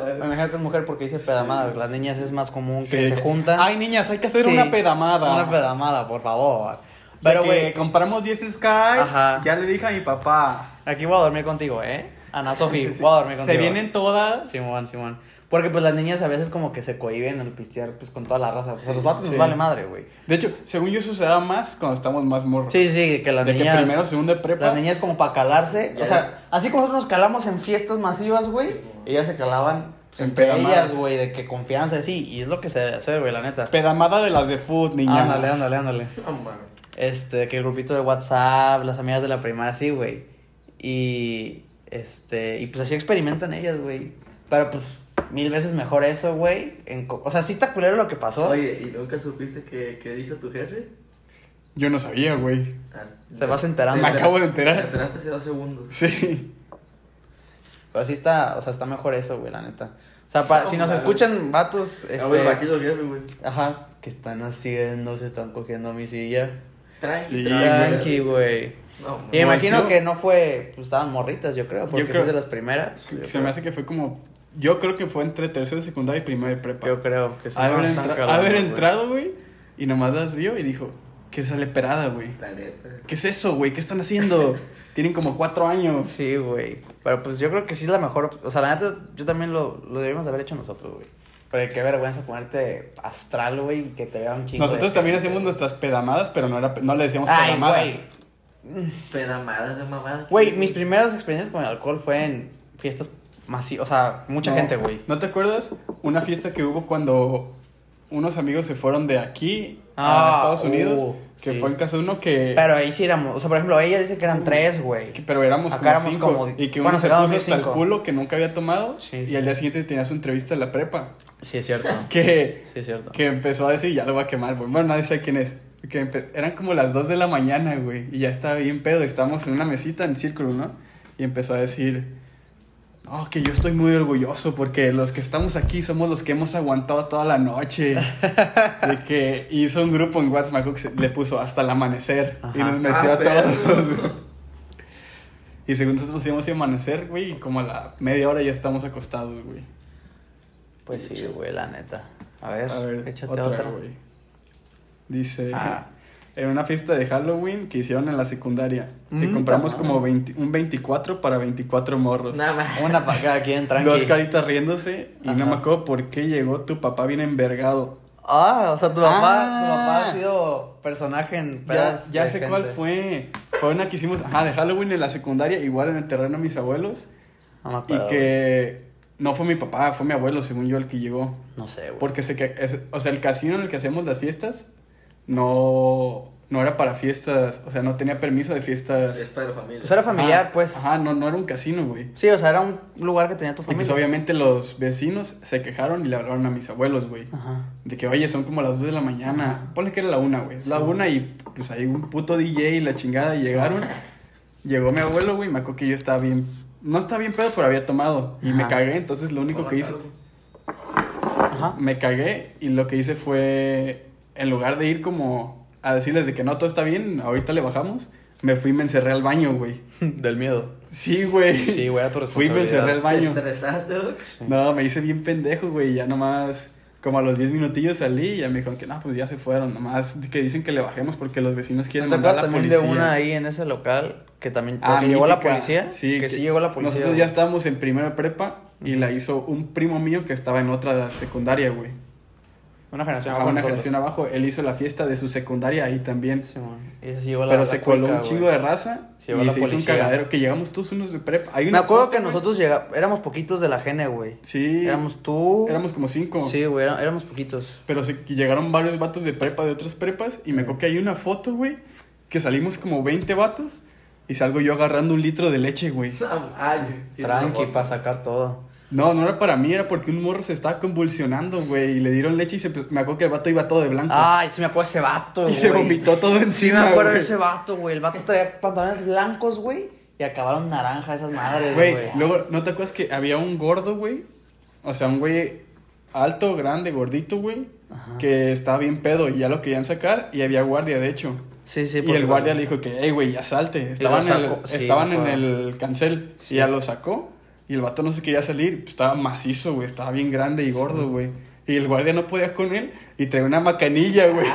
D: ¿verdad?
B: imagino que es mujer porque dice pedamada. Las niñas es más común
A: Sí,
B: que se
A: que-
B: juntan.
A: Ay, niñas, hay que hacer
B: Sí.
A: una pedamada.
B: Una pedamada, por favor.
A: Pero,
B: Pero,
A: que
B: güey,
A: compramos 10 Sky.
B: Ajá.
A: Ya le dije a mi papá.
B: aquí voy a dormir contigo, ¿eh? Ana Sofía, voy a dormir
A: Se
B: contigo.
A: vienen todas.
B: Simón, Simón. Porque, pues, las niñas a veces como que se cohiben al pistear, pues, con toda la raza. Pues, a los vatos
A: sí.
B: nos vale madre, güey.
A: De hecho, según yo, suceda más cuando estamos más morros.
B: Sí, sí, que las
A: de
B: niñas...
A: que primero, segundo de prepa.
B: Las niñas como para calarse.
D: Ya
B: o
D: es.
B: sea, así como nosotros nos calamos en fiestas masivas, güey, ellas se calaban
A: En
B: entre
A: pedamadas.
B: ellas, güey, de que confianza, y sí. Y es lo que se debe hacer, güey, la neta.
A: Pedamada de las de food, niña.
B: Ándale, ándale, ándale.
D: No mames.
B: Este, que el grupito de WhatsApp, las amigas de la primaria, sí, güey. Y, este, y pues así experimentan ellas, güey. Pero pues mil veces mejor eso, güey. en co- O sea, sí está culero lo que pasó.
D: Oye, ¿y nunca supiste que, que dijo tu jefe?
A: Yo no sabía, güey.
D: Ah,
B: Te vas enterando.
A: Me acabo de
D: Te
A: enterar.
D: enteraste hace dos segundos.
A: Sí.
B: Pero sí está, o sea, está mejor eso, güey, la neta. O sea, pa- si nos escuchan vatos,
D: Ah, güey,
B: este...
D: imagino el jefe, güey.
B: Ajá, que están haciendo, se están cogiendo mi silla.
D: Tranqui,
A: Sí,
D: tranqui.
B: Tranqui, güey.
D: No, mames.
B: Y me imagino
A: Volteo.
B: que no fue, pues estaban morritas, yo creo, porque
A: creo-
B: es de las primeras. Yo
A: Se
B: creo.
A: me hace que fue como. Yo creo que fue entre tercero de secundaria y primero de prepa.
B: Yo creo que sí.
A: haber,
B: no, están
A: entra-
B: calando,
A: haber
B: güey.
A: entrado, güey. Y nomás las vio y dijo: ¿Qué es leperada, güey?
D: La neta.
A: ¿Qué es eso, güey? ¿Qué están haciendo? Tienen como cuatro años.
B: Sí, güey. Pero pues yo creo que sí es la mejor. op- O sea, la neta, yo también lo, lo deberíamos haber hecho nosotros, güey. Pero qué vergüenza ponerte astral, güey, y que te vea un chingo.
A: Nosotros
B: de
A: también
B: gente,
A: hacíamos
B: güey.
A: nuestras pedamadas, pero no, era, no le decíamos
B: Ay,
A: pedamada.
B: güey.
D: Pedamadas de mamada.
B: Güey, mis primeras experiencias con el alcohol fue en fiestas masivas. O sea, mucha
A: No.
B: gente, güey.
A: ¿No te acuerdas? Una fiesta que hubo cuando unos amigos se fueron de aquí a
B: Ah,
A: Estados Unidos.
B: uh,
A: que
B: sí.
A: fue en casa de uno que.
B: Pero ahí sí éramos. O sea, por ejemplo, ella dice que eran tres, güey.
A: que- pero éramos
B: Acá
A: como
B: éramos
A: cinco.
B: como-
A: y que
B: bueno,
A: uno se
B: éramos
A: puso hasta el
B: cinco.
A: culo que nunca había tomado.
B: Sí, sí.
A: Y al día siguiente tenía su entrevista en la prepa.
B: Sí, es cierto.
A: Que,
B: Sí, es cierto.
A: que empezó a decir, ya lo voy a quemar, güey. Bueno, nadie sabe quién es. Que empe- eran como las 2 de la mañana, güey. Y ya estaba bien pedo. Estábamos en una mesita en círculo, ¿no? Y empezó a decir, oh, que yo estoy muy orgulloso porque los que estamos aquí somos los que hemos aguantado toda la noche. De que hizo un grupo en WhatsApp me acuerdo que se- le puso hasta el amanecer. Y
B: Ajá.
A: nos metió
D: Ah,
A: a todos.
D: perro.
A: güey. Y según nosotros íbamos a amanecer, güey, y como a la media hora ya estamos acostados, güey.
B: Pues sí, güey, la neta. A ver,
A: A ver,
B: échate
A: otra,
B: otra.
A: güey. Dice,
B: Ah.
A: en una fiesta de Halloween que hicieron en la secundaria, que
B: Mm,
A: compramos
B: ta
A: como 20 un 24 para 24 morros.
D: Nada más.
B: Una para cada quien, tranqui.
A: Dos caritas riéndose y no
B: Ajá.
A: me acuerdo por qué llegó tu papá bien envergado.
B: Ah, o sea, tu papá,
A: Ah.
B: tu papá ha sido personaje en
A: Ya,
B: pedas
A: ya
B: de
A: sé
B: gente.
A: cuál fue. Fue una que hicimos, ajá, de Halloween en la secundaria, igual en el terreno de mis abuelos.
B: No me
A: Y
B: acuerdo. güey.
A: que no fue mi papá, fue mi abuelo, según yo, el que llegó.
B: No sé, güey.
A: Porque se que, es- o sea, el casino en el que hacemos las fiestas no, no era para fiestas, o sea, no tenía permiso de fiestas.
D: Es para la familia.
B: Pues era familiar,
A: Ajá,
B: pues.
A: Ajá, no, no era un casino, güey.
B: Sí, o sea, era un lugar que tenía tu
A: Y pues
B: familia.
A: obviamente los vecinos se quejaron y le hablaron a mis abuelos, güey.
B: Ajá.
A: De que, oye, son como las 2 de la mañana. Ponle que era la 1, güey. Es la
B: Sí.
A: 1 y pues ahí un puto DJ y la chingada y llegaron. Llegó mi abuelo, güey, me acuerdo que yo estaba bien... No estaba bien pedo, pero había tomado. Y me
B: Ajá.
A: cagué, entonces lo único que hice...
B: Ajá.
A: me cagué y lo que hice fue, en lugar de ir como a decirles de que no, todo está bien, ahorita le bajamos, me fui y me encerré al baño, güey.
B: Del miedo.
A: Sí, güey.
B: Sí, güey, era tu
A: Fui y me encerré al
B: responsabilidad.
D: Te
A: baño.
D: estresaste, loco.
A: No, me hice bien pendejo, güey, ya nomás... Como a los 10 minutillos salí y ya me dijeron que no, pues ya se fueron. Nomás que dicen que le bajemos porque los vecinos
B: ¿No
A: quieren
B: te
A: mandar
B: acuerdas
A: a la
B: también
A: policía.
B: de una ahí en ese local que también
A: Ah,
B: que llegó la
A: mítica.
B: policía?
A: Sí,
B: Que, sí llegó la policía.
A: Nosotros
B: güey.
A: ya estábamos en primero de prepa y la hizo un primo mío que estaba en otra secundaria, güey.
B: Una generación
A: a
B: abajo
A: Ah, una
B: de nosotros.
A: generación abajo. Él hizo la fiesta de su secundaria ahí también.
B: Simón. Y ese sí llegó la-
A: Pero
B: la
A: se coló
B: cueca,
A: un chingo
B: güey.
A: de raza
B: Se llevó
A: y
B: la
A: se hizo un
B: policía.
A: cagadero. Que llegamos todos unos de prepa. Hay
B: Me
A: una
B: acuerdo
A: foto,
B: que
A: güey.
B: nosotros llega... éramos poquitos de la gene, güey.
A: Sí. Éramos,
B: Éramos tú.
A: como cinco.
B: Sí, güey, era- éramos poquitos.
A: Pero se, que llegaron varios vatos de prepa, de otras prepas. Y me acuerdo que hay una foto, güey, que salimos como 20 vatos. Y salgo yo agarrando un litro de leche, güey.
D: Ay, sí,
B: Tranqui,
D: no,
B: para sacar todo.
A: No, no era para mí, era porque un morro se estaba convulsionando, güey. Y le dieron leche y se, me acuerdo que el vato iba todo de blanco.
B: Ay, sí me acuerdo de ese vato,
A: y
B: Ah, güey.
A: se vomitó todo
B: Sí, me
A: encima.
B: acuerdo de
A: güey.
B: ese vato, güey. El vato traía pantalones blancos, güey. Y acabaron naranja esas madres,
A: Güey,
B: güey.
A: luego, ¿no te acuerdas que había un gordo, güey? O sea, un güey alto, grande, gordito, güey. Que estaba bien pedo y ya lo querían sacar. Y había guardia, de hecho.
B: Sí, sí.
A: y
B: porque-
A: el guardia le dijo que, hey, güey, ya salte. Estaban,
B: lo
A: en el,
B: sacó, sí,
A: estaban
B: me
A: en
B: acuerdo.
A: el cancel. Y ya lo sacó. Y el vato no se quería salir. pues, Estaba macizo, güey. Estaba bien grande y gordo, güey. Y el guardia no podía con él. Y trae una macanilla, güey.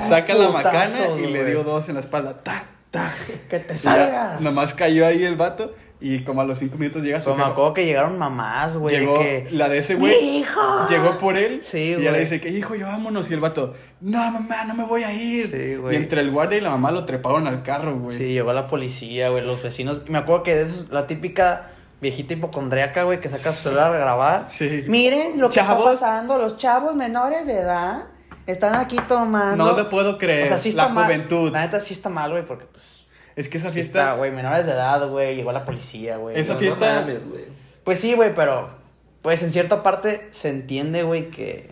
A: Saca la macana
B: Ah, Putazos,
A: y le dio
B: güey.
A: dos en la espalda. ¡Ta, ta!
B: Que te
A: Y ya,
B: salgas.
A: Nomás cayó ahí el vato. Y como a los cinco minutos llega su
B: Pero Pues me
A: jefa.
B: acuerdo que llegaron mamás, güey. de
A: Llegó
B: que...
A: la de ese güey.
B: ¡Hijo!
A: Llegó por él.
B: Sí,
A: y ya
B: güey.
A: le dice que hijo, ya vámonos. Y el vato, no mamá, no me voy a ir.
B: Sí,
A: y
B: güey.
A: entre el guardia y la mamá lo treparon al carro, güey.
B: Sí, llegó la policía, güey, los vecinos. Y me acuerdo que de esos, la típica viejita hipocondriaca, güey, que saca su celular a grabar.
A: Sí.
B: Miren lo que
A: Chavos.
B: está pasando. Los chavos menores de edad están aquí tomando.
A: No te puedo creer.
B: Ah, O sea, sí está
A: la
B: mal.
A: juventud.
B: La neta sí está mal, güey, porque pues.
A: Es que esa
B: sí está,
A: fiesta.
B: güey, menores de edad, güey, llegó la policía, güey.
A: Esa
D: no
A: fiesta-
D: mames, güey.
B: Pues sí, güey, pero. Pues en cierta parte se entiende, güey, que.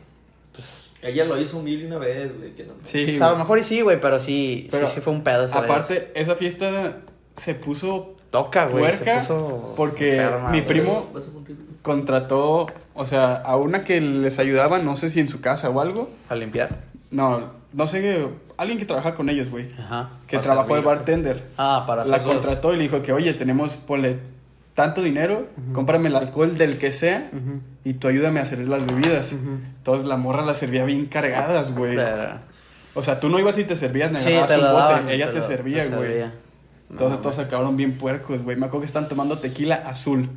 D: Ella lo hizo humilde una vez, güey. Que no,
A: sí.
B: o sea, a lo
A: güey.
B: mejor y sí, güey, pero sí,
A: Pero
B: sí, sí fue un pedo esa vez.
A: Aparte, esa fiesta se puso
B: toca, güey, se
A: puerca,
B: puso
A: porque
B: enferma,
A: mi
B: güey.
A: primo-
D: Vas a cumplir.
A: contrató, o sea, a una que les ayudaba, no sé si en su casa o algo.
B: A limpiar.
A: No, no sé, alguien que trabaja con ellos, güey.
B: Ajá.
A: Que
B: Para
A: trabajó de
B: servir.
A: bartender.
B: Ah, para
A: la
B: hacerlos-
A: contrató y le dijo que, oye, tenemos, ponle tanto dinero, cómprame el alcohol del que sea y tú ayúdame a hacer las bebidas. Entonces la morra la servía bien cargadas, güey.
B: Pero-
A: O sea, tú no ibas y te servías, ni
B: Sí,
A: agarrabas
B: te
A: un
B: lo
A: bote,
B: daban.
A: ella te,
B: lo-
A: servía, güey.
B: servía.
A: Entonces todos acabaron bien puercos, güey. Me acuerdo que están tomando tequila azul.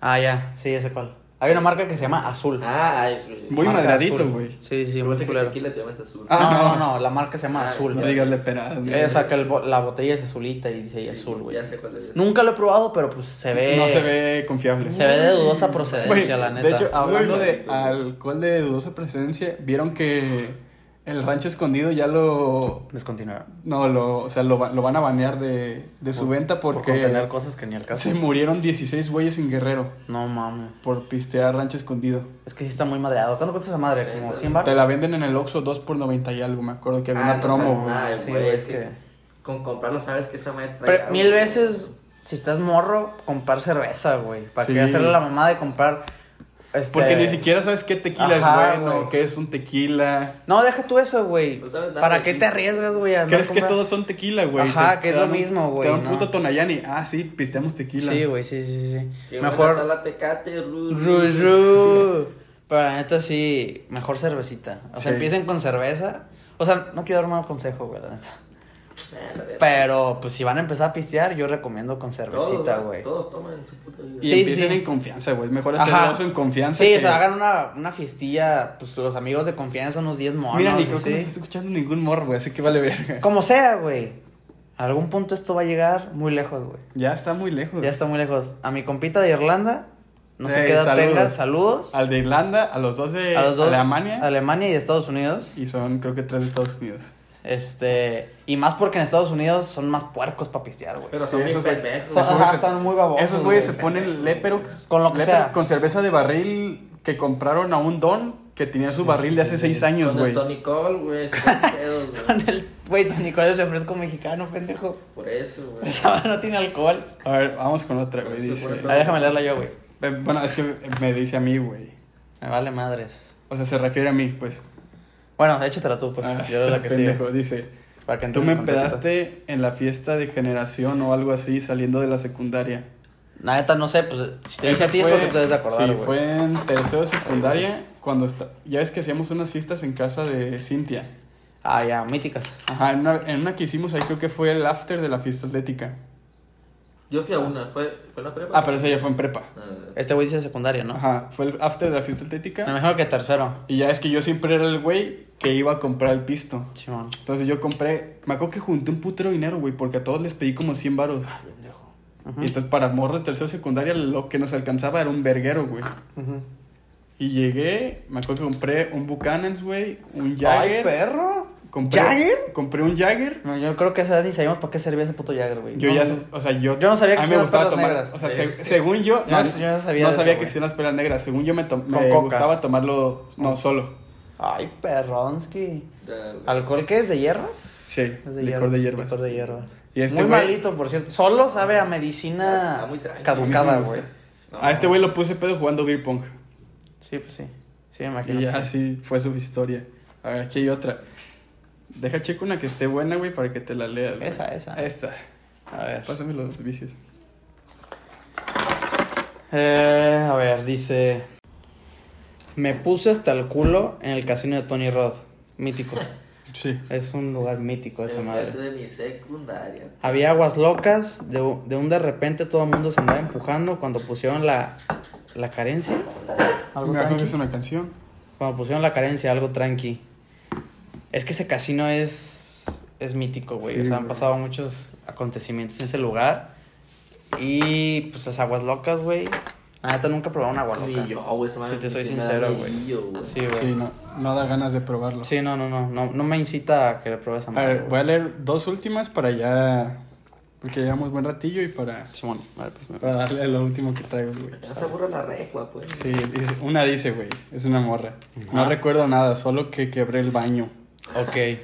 B: Ah, ya, sí, ya sé cuál. Hay una marca que se llama Azul.
D: Ah, ay, güey.
A: Muy
B: Marca
A: madradito,
B: Azul.
A: güey.
B: Sí, sí,
D: Yo
B: muy
D: pensé que
B: culero.
D: tequila te llaman azul.
A: Ah,
B: no,
A: no.
B: no, no, la marca se llama
D: Ah,
B: Azul.
A: No
D: Ya.
A: digas leperadas, güey.
B: Eh, o sea, que el bo- la botella es azulita y dice ahí
D: Sí,
B: azul, güey.
D: Ya sé cuál es.
B: Nunca lo he probado, pero pues se ve.
A: No se ve confiable.
B: Se ve de dudosa
A: Güey,
B: procedencia, la neta.
A: de hecho, ah, hablando
D: Muy
A: de
D: bonito.
A: alcohol de dudosa presencia, vieron que el rancho escondido ya lo.
B: Descontinuaron.
A: No, lo, o sea, lo, va- lo van a banear de, de su venta
B: Por
A: porque
B: contener cosas que ni al caso.
A: se murieron 16 güeyes en Guerrero
B: No mames.
A: por pistear rancho escondido.
B: Es que sí está muy madreado. ¿Cuánto cuesta esa madre? ¿Como 100
A: Te
B: bar?
A: la venden en el Oxxo 2 por 90 y algo, me acuerdo que había
D: Ah,
A: una
D: no
A: promo,
D: sabes
A: güey.
D: nada,
B: Sí,
D: güey,
B: güey,
D: es
B: es
D: que
B: que-
D: Con comprarlo sabes que esa madre trae
B: Pero
D: algo,
B: mil
D: güey.
B: veces, si estás morro, comprar cerveza, güey. ¿Para
A: Sí.
B: qué hacerle la mamá de comprar? este,
A: Porque ni siquiera sabes qué tequila
B: Ajá,
A: es bueno,
B: güey.
A: qué es un tequila.
B: No, deja tú eso, güey.
D: No sabes nada
B: ¿Para
D: de
B: qué
D: ti.
B: te arriesgas, güey? a andar
A: ¿Crees que
B: comprando?
A: todos son tequila, güey?
B: Ajá,
A: Te-
B: que
A: te
B: es lo
A: dan un-
B: mismo, güey,
A: Te dan un
B: no.
A: puto Tonayani. Ah, sí, pisteamos tequila.
B: Sí, güey, sí, sí, sí, sí.
D: Que bueno,
B: Mejor.
D: está la Tecate, ru,
B: Ru, ru. Pero la neta sí, mejor cervecita. O sea,
A: Sí.
B: empiecen con cerveza. O sea, no quiero dar mal consejo, güey, la neta.
D: Nah, Ah, la verga.
B: Pero, pues, si van a empezar a pistear, yo recomiendo con
D: Todos,
B: cervecita,
D: güey,
B: güey.
D: Todos toman en su puta vida.
A: Y
B: Sí,
A: empiecen
B: sí.
A: en confianza, güey. Es mejor
B: Ajá.
A: hacerlo en confianza.
B: Sí,
A: que-
B: o sea, hagan una, una fiestilla, pues, los amigos de confianza, unos 10 monos,
A: Mira, ni creo que no
B: así.
A: estás escuchando ningún morro, güey, así que vale verga.
B: Como sea, güey. A algún punto esto va a llegar muy lejos, güey.
A: Ya está muy lejos.
B: Ya está muy lejos. A mi compita de Irlanda, no sé
A: Eh,
B: qué edad
A: saludos.
B: tenga, saludos.
A: Al de Irlanda, a los dos de
B: a los dos.
A: Alemania.
B: Alemania y Estados Unidos.
A: Y son, creo que tres de Estados Unidos.
B: Este. Y más porque en Estados Unidos son más puercos para pistear, güey.
D: Pero son
A: Sí,
D: bien
A: esos, güey.
D: pendejos.
B: Son-
A: esos
B: ajá,
A: güeyes-
B: están muy babosos.
A: Esos güeyes se
B: Oh, pues, güey.
A: ponen lepero.
B: Con lo que
A: lepero
B: sea.
A: Con cerveza de barril que compraron a un don que tenía su barril de hace seis años,
D: Con el
A: güey.
D: Tony Cole, güey. se ponen pedos, güey.
B: Con el. Güey, Don Nicolás es refresco mexicano, pendejo.
D: Por eso, güey.
B: Esa madre no tiene alcohol.
A: A ver, vamos con otra, güey.
D: Sí,
A: dice.
D: por
B: Ah, déjame leerla yo, güey.
A: Eh, Bueno, es que me dice a mí, güey.
B: Me vale madres.
A: O sea, se refiere a mí, pues.
B: Bueno, échatela tú, pues.
A: Ah,
B: yo era
A: está
B: la que sigue.
A: pendejo, Dice,
B: Para que
A: tú
B: entre
A: me
B: en contexto.
A: empedaste en la fiesta de generación o algo así saliendo de la secundaria.
B: La neta, no sé, pues si te
A: Eso
B: dice a ti es
A: fue-
B: porque te debes de acordar,
A: Sí,
B: güey.
A: fue en tercero de secundaria cuando está, ya ves que hacíamos unas fiestas en casa de Cintia.
B: Ah, ya, míticas.
A: Ajá, en una, en una que hicimos ahí creo que fue el after de la fiesta atlética.
D: Yo fui a una, fue, fue en la prepa.
A: Ah, pero eso ya fue en prepa.
D: Eh,
B: Este güey dice secundario, ¿no?
A: Ajá, fue el after de la fiesta
B: Me
A: atlética.
B: imagino que tercero.
A: Y ya es que yo siempre era el güey que iba a comprar el pisto.
B: Simón.
A: Entonces yo compré, me acuerdo que junté un putero de dinero, güey, porque a todos les pedí como 100 varos.
B: Ah, Ujú,
A: Y entonces para morros tercero secundaria lo que nos alcanzaba era un verguero, güey.
B: ujú.
A: Y llegué, me acuerdo que compré un Buchanan's, güey, un
B: ¡Ay,
A: Jagger.
B: perro!
A: Compré,
B: ¿Jagger?
A: Compré un Jagger.
B: No, yo creo que esa edad ni sabíamos para qué servía ese puto Jagger, güey.
A: Yo
B: No,
A: ya,
B: no.
A: o sea, yo...
B: Yo no sabía que
A: a mí
B: hacían
A: me
B: las
A: gustaba
B: perlas
A: tomar,
B: negras.
A: O sea,
D: Sí.
A: se- según yo...
B: No,
A: No,
B: yo no sabía
A: no
B: de eso,
A: sabía que
B: güey.
A: hacían las peras negras. Según yo me, to- me
B: Con coca.
A: gustaba tomarlo... No, solo.
B: Ay, perronski.
D: ya, güey.
B: ¿Alcohol qué es? ¿De hierbas?
A: Sí,
B: Es
A: licor de hierbas.
B: Licor de hierbas.
A: Y este
B: muy
A: güey-
B: malito, por cierto. Solo sabe a medicina
D: Ah, muy tranqui.
A: A
B: caducada,
A: mí sí me
B: güey.
A: gusta.
D: No,
A: A este güey lo puse pedo jugando beer pong.
B: Sí, pues sí. Sí, me imagino.
A: Y ya
B: que sí.
A: así fue su historia. A ver, aquí hay otra. Deja checo una que esté buena, güey, para que te la leas. güey.
B: Esa, esa.
A: Esta.
B: A ver.
A: Pásame los vicios.
B: Eh, a ver, dice. Me puse hasta el culo en el casino de Tony Rod. Mítico.
A: Sí.
B: es un lugar mítico esa
D: enfrente
B: madre.
D: de mi secundaria.
B: Había aguas locas. De, u- de un de repente todo el mundo se andaba empujando cuando pusieron la, la carencia. Algo
A: Me acuerdo
B: tranqui.
A: que es una canción.
B: Cuando pusieron la carencia, algo tranqui. Es que ese casino es, es mítico, güey.
A: Sí,
B: o sea, han
A: güey.
B: pasado muchos acontecimientos en ese lugar. Y pues las aguas locas, güey. La neta nunca he probado una agua loca.
D: Ni yo, güey, esa madre
B: Si te
D: me
B: soy
D: pusieron
B: sincero,
D: a
B: güey.
D: amarillo, güey.
B: Sí, güey.
A: Sí,
B: Sí,
A: no, no da ganas de probarlo.
B: no, no, no, no. No me incita a que le pruebes esa
A: A
B: madre,
A: ver, voy
B: güey.
A: a leer dos últimas para ya. Porque llevamos buen ratillo y para,
B: Simón, a ver, pues, me-
A: para darle a lo último que traigo, güey.
D: No se aburra la recua, pues.
A: Sí, dice- una dice, güey. Es una morra. No recuerdo nada, solo que quebré el baño.
B: Ok.
D: Le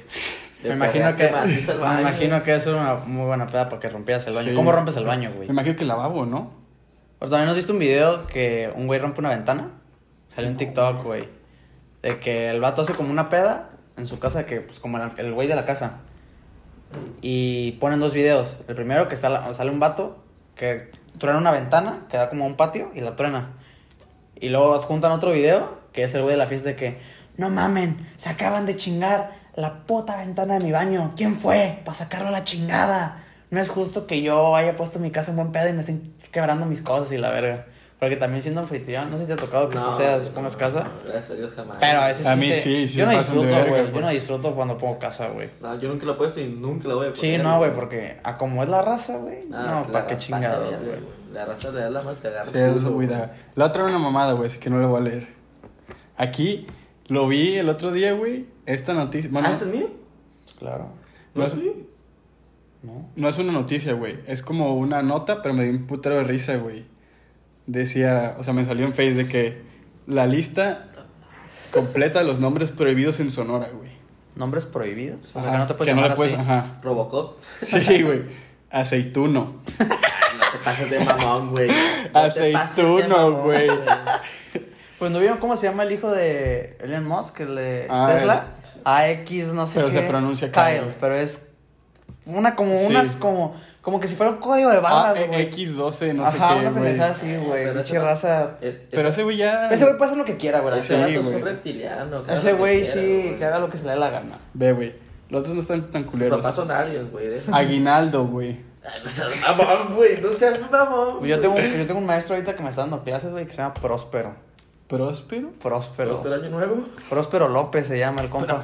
B: Me imagino,
D: pegaste
B: que,
D: macizo al baño.
B: me imagino que eso era una muy buena peda para que rompieras el baño.
A: Sí.
B: ¿Cómo rompes el baño,
A: Me
B: güey?
A: imagino que lavabo, ¿no?
B: O también nos viste un video que un güey rompe una ventana. Salió en TikTok, güey. De que el vato hace como una peda en su casa, que pues como el el güey de la casa. Y ponen dos videos. El primero que sale, sale un vato que truena una ventana, que da como a un patio, y la truena. Y luego adjuntan otro video, que es el güey de la fiesta de que, no mamen, se acaban de chingar la puta ventana de mi baño. ¿Quién fue? Para sacarlo a la chingada. No es justo que yo haya puesto mi casa en buen pedo y me estén quebrando mis cosas y la verga. Porque también siendo anfitrión, no sé si te ha tocado que tú seas, pongas casa.
D: no, gracias a Dios jamás.
B: Pero a veces
A: A mí
B: se-
A: sí, sí
B: Yo no
A: pasan de
B: disfruto,
A: verga,
B: güey. Yo
A: güey.
B: no disfruto cuando pongo casa, güey.
D: No, yo nunca lo he puesto y nunca lo voy a
B: Sí,
D: poner,
B: no, güey, porque a como es la raza, güey.
D: Ah,
B: no,
D: la
B: para qué
D: raza
B: chingado,
D: de allá,
B: güey.
D: La raza de la te agarra.
A: Sí, eso
D: culo,
A: güey, da- La otra era una mamada, güey, así que no la voy a leer. Aquí lo vi el otro día, güey. Esta noticia. bueno,
D: ¿Ah, esto es mío?
B: Pues claro.
A: no, es,
B: ¿No?
A: no es una noticia, güey. Es como una nota, pero me dio un putero de risa, güey. Decía, o sea, me salió en Face de que la lista completa de los nombres prohibidos en Sonora, güey.
B: Nombres prohibidos. O sea,
A: Ajá,
B: que no te puedes
A: que le
B: llamar así.
A: Ajá.
D: Robocop.
A: Sí, güey. Aceituno.
D: No te pases de mamón, güey. No te pases de
A: Aceituno,
D: mamón,
A: güey.
B: Pues no vieron cómo se llama el hijo de Elon Musk, el de
A: Ah,
B: Tesla. AX, no sé
A: Pero
B: qué.
A: se pronuncia
B: Kyle.
A: Kyle.
B: Pero es una como
A: Sí.
B: unas como como que si fuera un código de
A: Ah,
B: barras,
A: e-
B: güey.
A: X12, no
B: Ajá,
A: sé qué,
B: una
A: güey.
B: pendejada así, güey.
D: Pero
B: Pinche
D: ese-
B: raza.
D: Es-
A: Pero
D: ese
A: ese güey ya.
B: Ese güey puede hacer lo que quiera, güey. la
D: ese
A: Sí,
B: neta.
D: vato es
A: güey.
D: un reptiliano. que haga
B: Ese
D: lo
B: güey
D: quiera,
B: sí, que haga lo que se le dé la gana.
A: Ve, güey. Los otros no están tan
D: Sus
A: culeros.
D: papás son aliens, güey. ¿eh?
A: Aguinaldo, güey.
D: Ay, No seas mamón, güey. No seas mamón.
B: Pues Yo tengo, yo tengo un maestro ahorita que me está dando clases, güey, que se llama Próspero.
A: Próspero.
B: Próspero.
D: ¿Pero año nuevo?
B: Próspero López se llama el compa.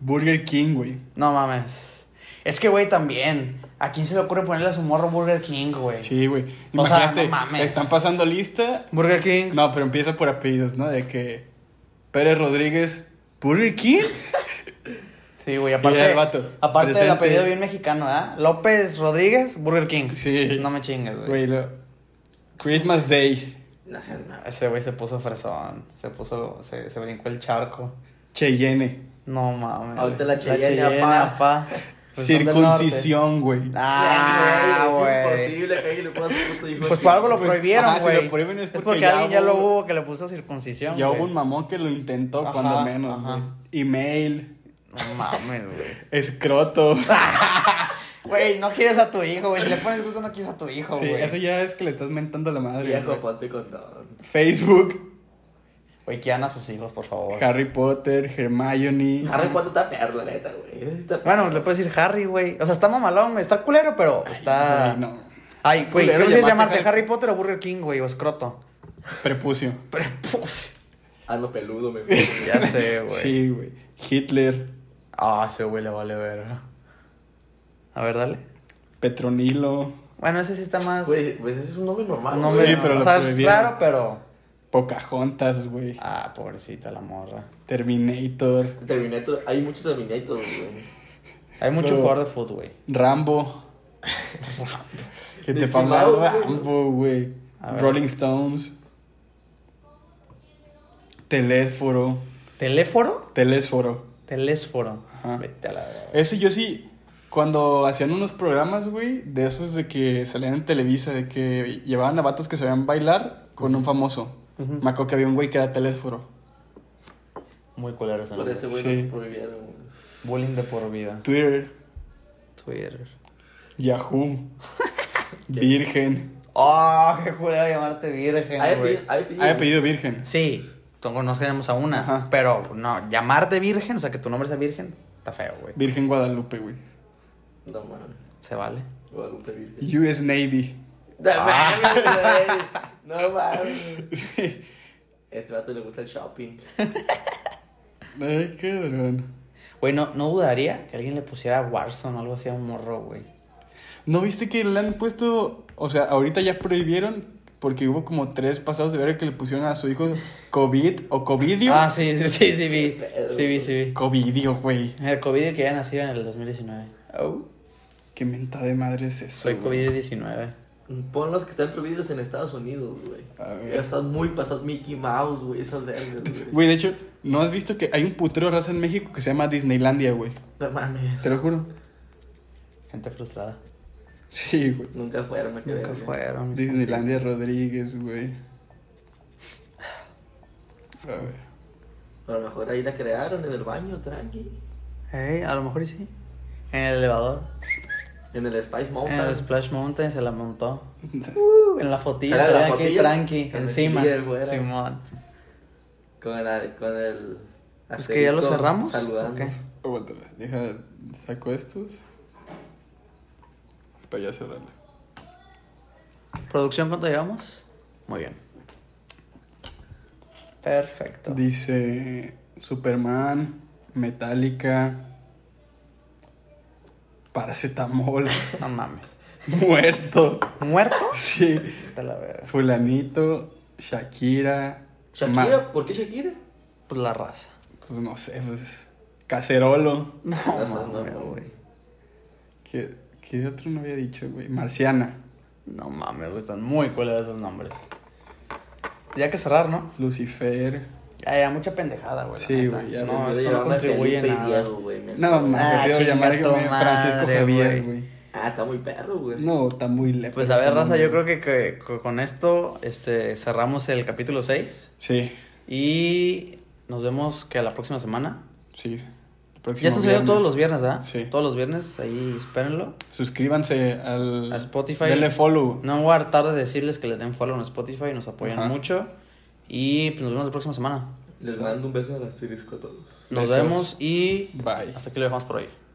A: Burger King, güey.
B: No mames. Es que, güey, también. ¿A quién se le ocurre ponerle a su morro Burger King, güey?
A: Sí, güey.
B: O sea,
A: Imagínate,
B: no mames.
A: están pasando lista.
B: Burger King.
A: No, pero empieza por apellidos, ¿no? De que Pérez Rodríguez, Burger King.
B: Sí, güey, aparte.
A: era el vato.
B: Aparte del
A: Presente.
B: apellido bien mexicano, ¿verdad? López Rodríguez, Burger King.
A: Sí.
B: No me chingues, güey.
A: Güey, lo... Christmas Day,
D: No seas mamón.
B: Ese güey se puso fresón. Se puso. Se, se brincó el charco.
A: Cheyenne,
B: No mames.
D: Ahorita
B: güey.
D: la Cheyenne, apá.
B: apá. Pues son del
A: circuncisión, güey.
B: norte. Ah,
D: Es
B: güey.
D: imposible que alguien le pueda hacer puto hijo.
B: Pues
D: así.
B: por algo lo
A: Pues,
B: prohibieron,
A: ajá, si
B: güey.
A: lo prohíben es
B: es
A: porque
B: porque
A: ya
B: alguien ya lo
A: hubo-
B: hubo que le puso circuncisión.
A: Ya
B: güey.
A: hubo un mamón que lo intentó
B: Ajá,
A: cuando menos.
B: ajá.
A: güey. Email,
B: No mames, güey.
A: escroto.
B: Güey, no quieres a tu hijo, güey. Si le pones gusto, no quieres a tu hijo,
A: sí,
B: güey. pues.
A: eso ya es que le estás mentando la madre.
D: Viejo,
A: güey.
D: ponte condón.
A: Facebook,
B: Güey, quieran a sus hijos, por favor.
A: Harry Potter, Hermione.
D: Harry, ¿cuánto está perro, la neta, güey? Está
B: Bueno, le puedes decir Harry, güey. O sea, está mamalón, güey. Está culero, pero está.
A: Güey, no.
B: A Ay, güey, ¿qué
A: Culero,
B: prefieres
A: llamarte
B: llamarte?
A: Harry-
B: ¿Harry Potter o Burger King, güey? O pues, escroto.
A: Prepucio.
B: Prepucio.
D: Hazlo Ah, peludo, me fui.
B: Ya sé, güey.
A: Sí, güey. Hitler,
B: Ah, ese güey le vale verga. A ver, dale.
A: Petronilo,
B: Bueno, ese sí está más.
D: Güey, pues ese es un nombre normal.
B: no
A: sí,
B: me-
D: güey.
A: pero
B: o
A: lo
B: sea, es
A: prohibieron.
B: claro, pero.
A: Pocahontas, güey.
B: Ah, pobrecita la morra.
A: Terminator,
D: Terminator, hay muchos Terminators, güey.
B: Hay mucho
A: Pero-
B: jugador de fútbol, güey.
A: Rambo. que te
D: Mickey
A: pagaba
D: Mouse, güey.
A: Rambo, güey.
B: A ver.
A: Rolling Stones. Telésforo.
B: ¿Teléfono?
A: Telésforo.
B: Telésforo.
A: Ajá.
B: Vete a la verga.
A: Ese yo sí, cuando hacían unos programas, güey, de esos de que salían en Televisa, de que llevaban a vatos que sabían bailar con un famoso. Me acuerdo que había un güey que era telésforo.
B: Muy culero ese
D: Por
B: nombre.
D: ese güey
A: Sí.
D: lo prohibieron, güey.
B: Bullying de por vida.
A: Twitter,
B: Twitter.
A: Yahoo, Virgen.
B: Oh, qué culero llamarte virgen,
D: Hay
B: güey.
D: apellido- hay apellido.
A: Hay apellido Ah, Virgen.
B: Sí, todos nos queremos a una.
A: Ajá.
B: Pero no, llamarte virgen, o sea, que tu nombre sea virgen, está feo, güey.
A: Virgen Guadalupe, güey.
D: No mames.
B: Se vale. Ah.
D: Guadalupe Virgen.
A: US Navy.
D: No mames, güey. No mames. Este vato le gusta el shopping.
A: Ay, qué cabrón.
B: Güey, no, no dudaría que alguien le pusiera Warzone o algo así a un morro, güey.
A: ¿No viste que le han puesto, o sea, ahorita ya prohibieron porque hubo como tres pasados de ver que le pusieron a su hijo COVID o COVIDIO?
B: Ah, sí, sí, sí, sí, vi. Sí, vi, sí, vi.
A: COVIDIO, güey.
B: El COVID que había nacido en el 2019.
A: Qué menta de madre es eso.
B: Soy
A: güey?
B: COVID-19.
D: Pon los que están prohibidos en Estados Unidos, güey.
A: A ver.
D: Ya estás muy pasado. Mickey Mouse, güey. Esas vergas, güey.
A: Güey, de hecho, ¿no has visto que hay un putero de raza en México que se llama Disneylandia, güey?
D: No mames.
A: Te lo juro.
B: Gente frustrada.
A: Sí, güey.
D: Nunca fueron, me quedé.
B: Nunca fueron.
A: Disneylandia Rodríguez, güey. A ver.
D: A lo mejor ahí la crearon en el baño, tranqui.
B: Eh, a lo mejor y sí. En el elevador.
D: En el Spice Mountain.
B: En el Splash Mountain se la montó. Uh, en la fotilla,
D: Sale
B: se
D: la
B: ve aquí
D: fotilla.
B: tranqui,
D: Con el
B: encima.
D: día de fuera.
B: Simón.
D: Con el. Con el
B: Pues que ya lo
D: asterisco
B: cerramos.
D: Saludando.
B: Ok.
A: Aguanta, deja, saco estos. Para ya cerrarla.
B: ¿Producción cuánto llevamos? Muy bien. Perfecto.
A: Dice Superman, Metallica, Paracetamol,
B: No mames.
A: Muerto.
B: ¿Muerto?
A: Sí.
B: Vete a la verga.
A: Fulanito, Shakira.
D: Shakira,
A: Ma-
D: ¿por qué Shakira?
B: Pues la raza.
A: pues no sé, pues. Cacerolo.
B: No,
D: No, no,
B: mames,
D: no.
B: güey.
A: ¿Qué, qué otro no había dicho, güey? Marciana,
B: No mames, güey. Están muy cuáles esos nombres. Ya que cerrar, ¿no?
A: Lucifer.
B: Ya, ya, mucha pendejada, güey. la
A: Sí,
B: neta.
A: güey, ya
B: No,
A: me-
B: eso
D: Yo
B: no
D: llamaba
B: contribuye
D: Felipe y
B: nada.
D: Diego, güey, me
A: No,
D: acuerdo.
A: me
B: Ah,
A: prefiero
B: chinga
A: llamar
B: tu
A: Francisco
B: madre,
A: Javier,
B: güey.
A: güey.
D: Ah, está muy perro, güey.
A: No, está muy lejos.
B: Pues a ver, raza, yo creo que, que- que con esto este, cerramos el capítulo 6
A: Sí,
B: y nos vemos que a la próxima semana.
A: sí. El próximo
B: ya está subiendo
A: viernes.
B: todos los viernes, ¿ah?
A: Sí.
B: Todos los viernes, ahí espérenlo.
A: Suscríbanse al.
B: A Spotify.
A: Denle follow.
B: No me voy a hartar de decirles que les den follow en Spotify, nos apoyan
A: Ajá.
B: mucho y pues, nos vemos la próxima semana.
D: Les mando un beso al asterisco a todos.
B: Nos
A: Besos.
B: vemos y
A: Bye.
B: hasta aquí lo dejamos por hoy.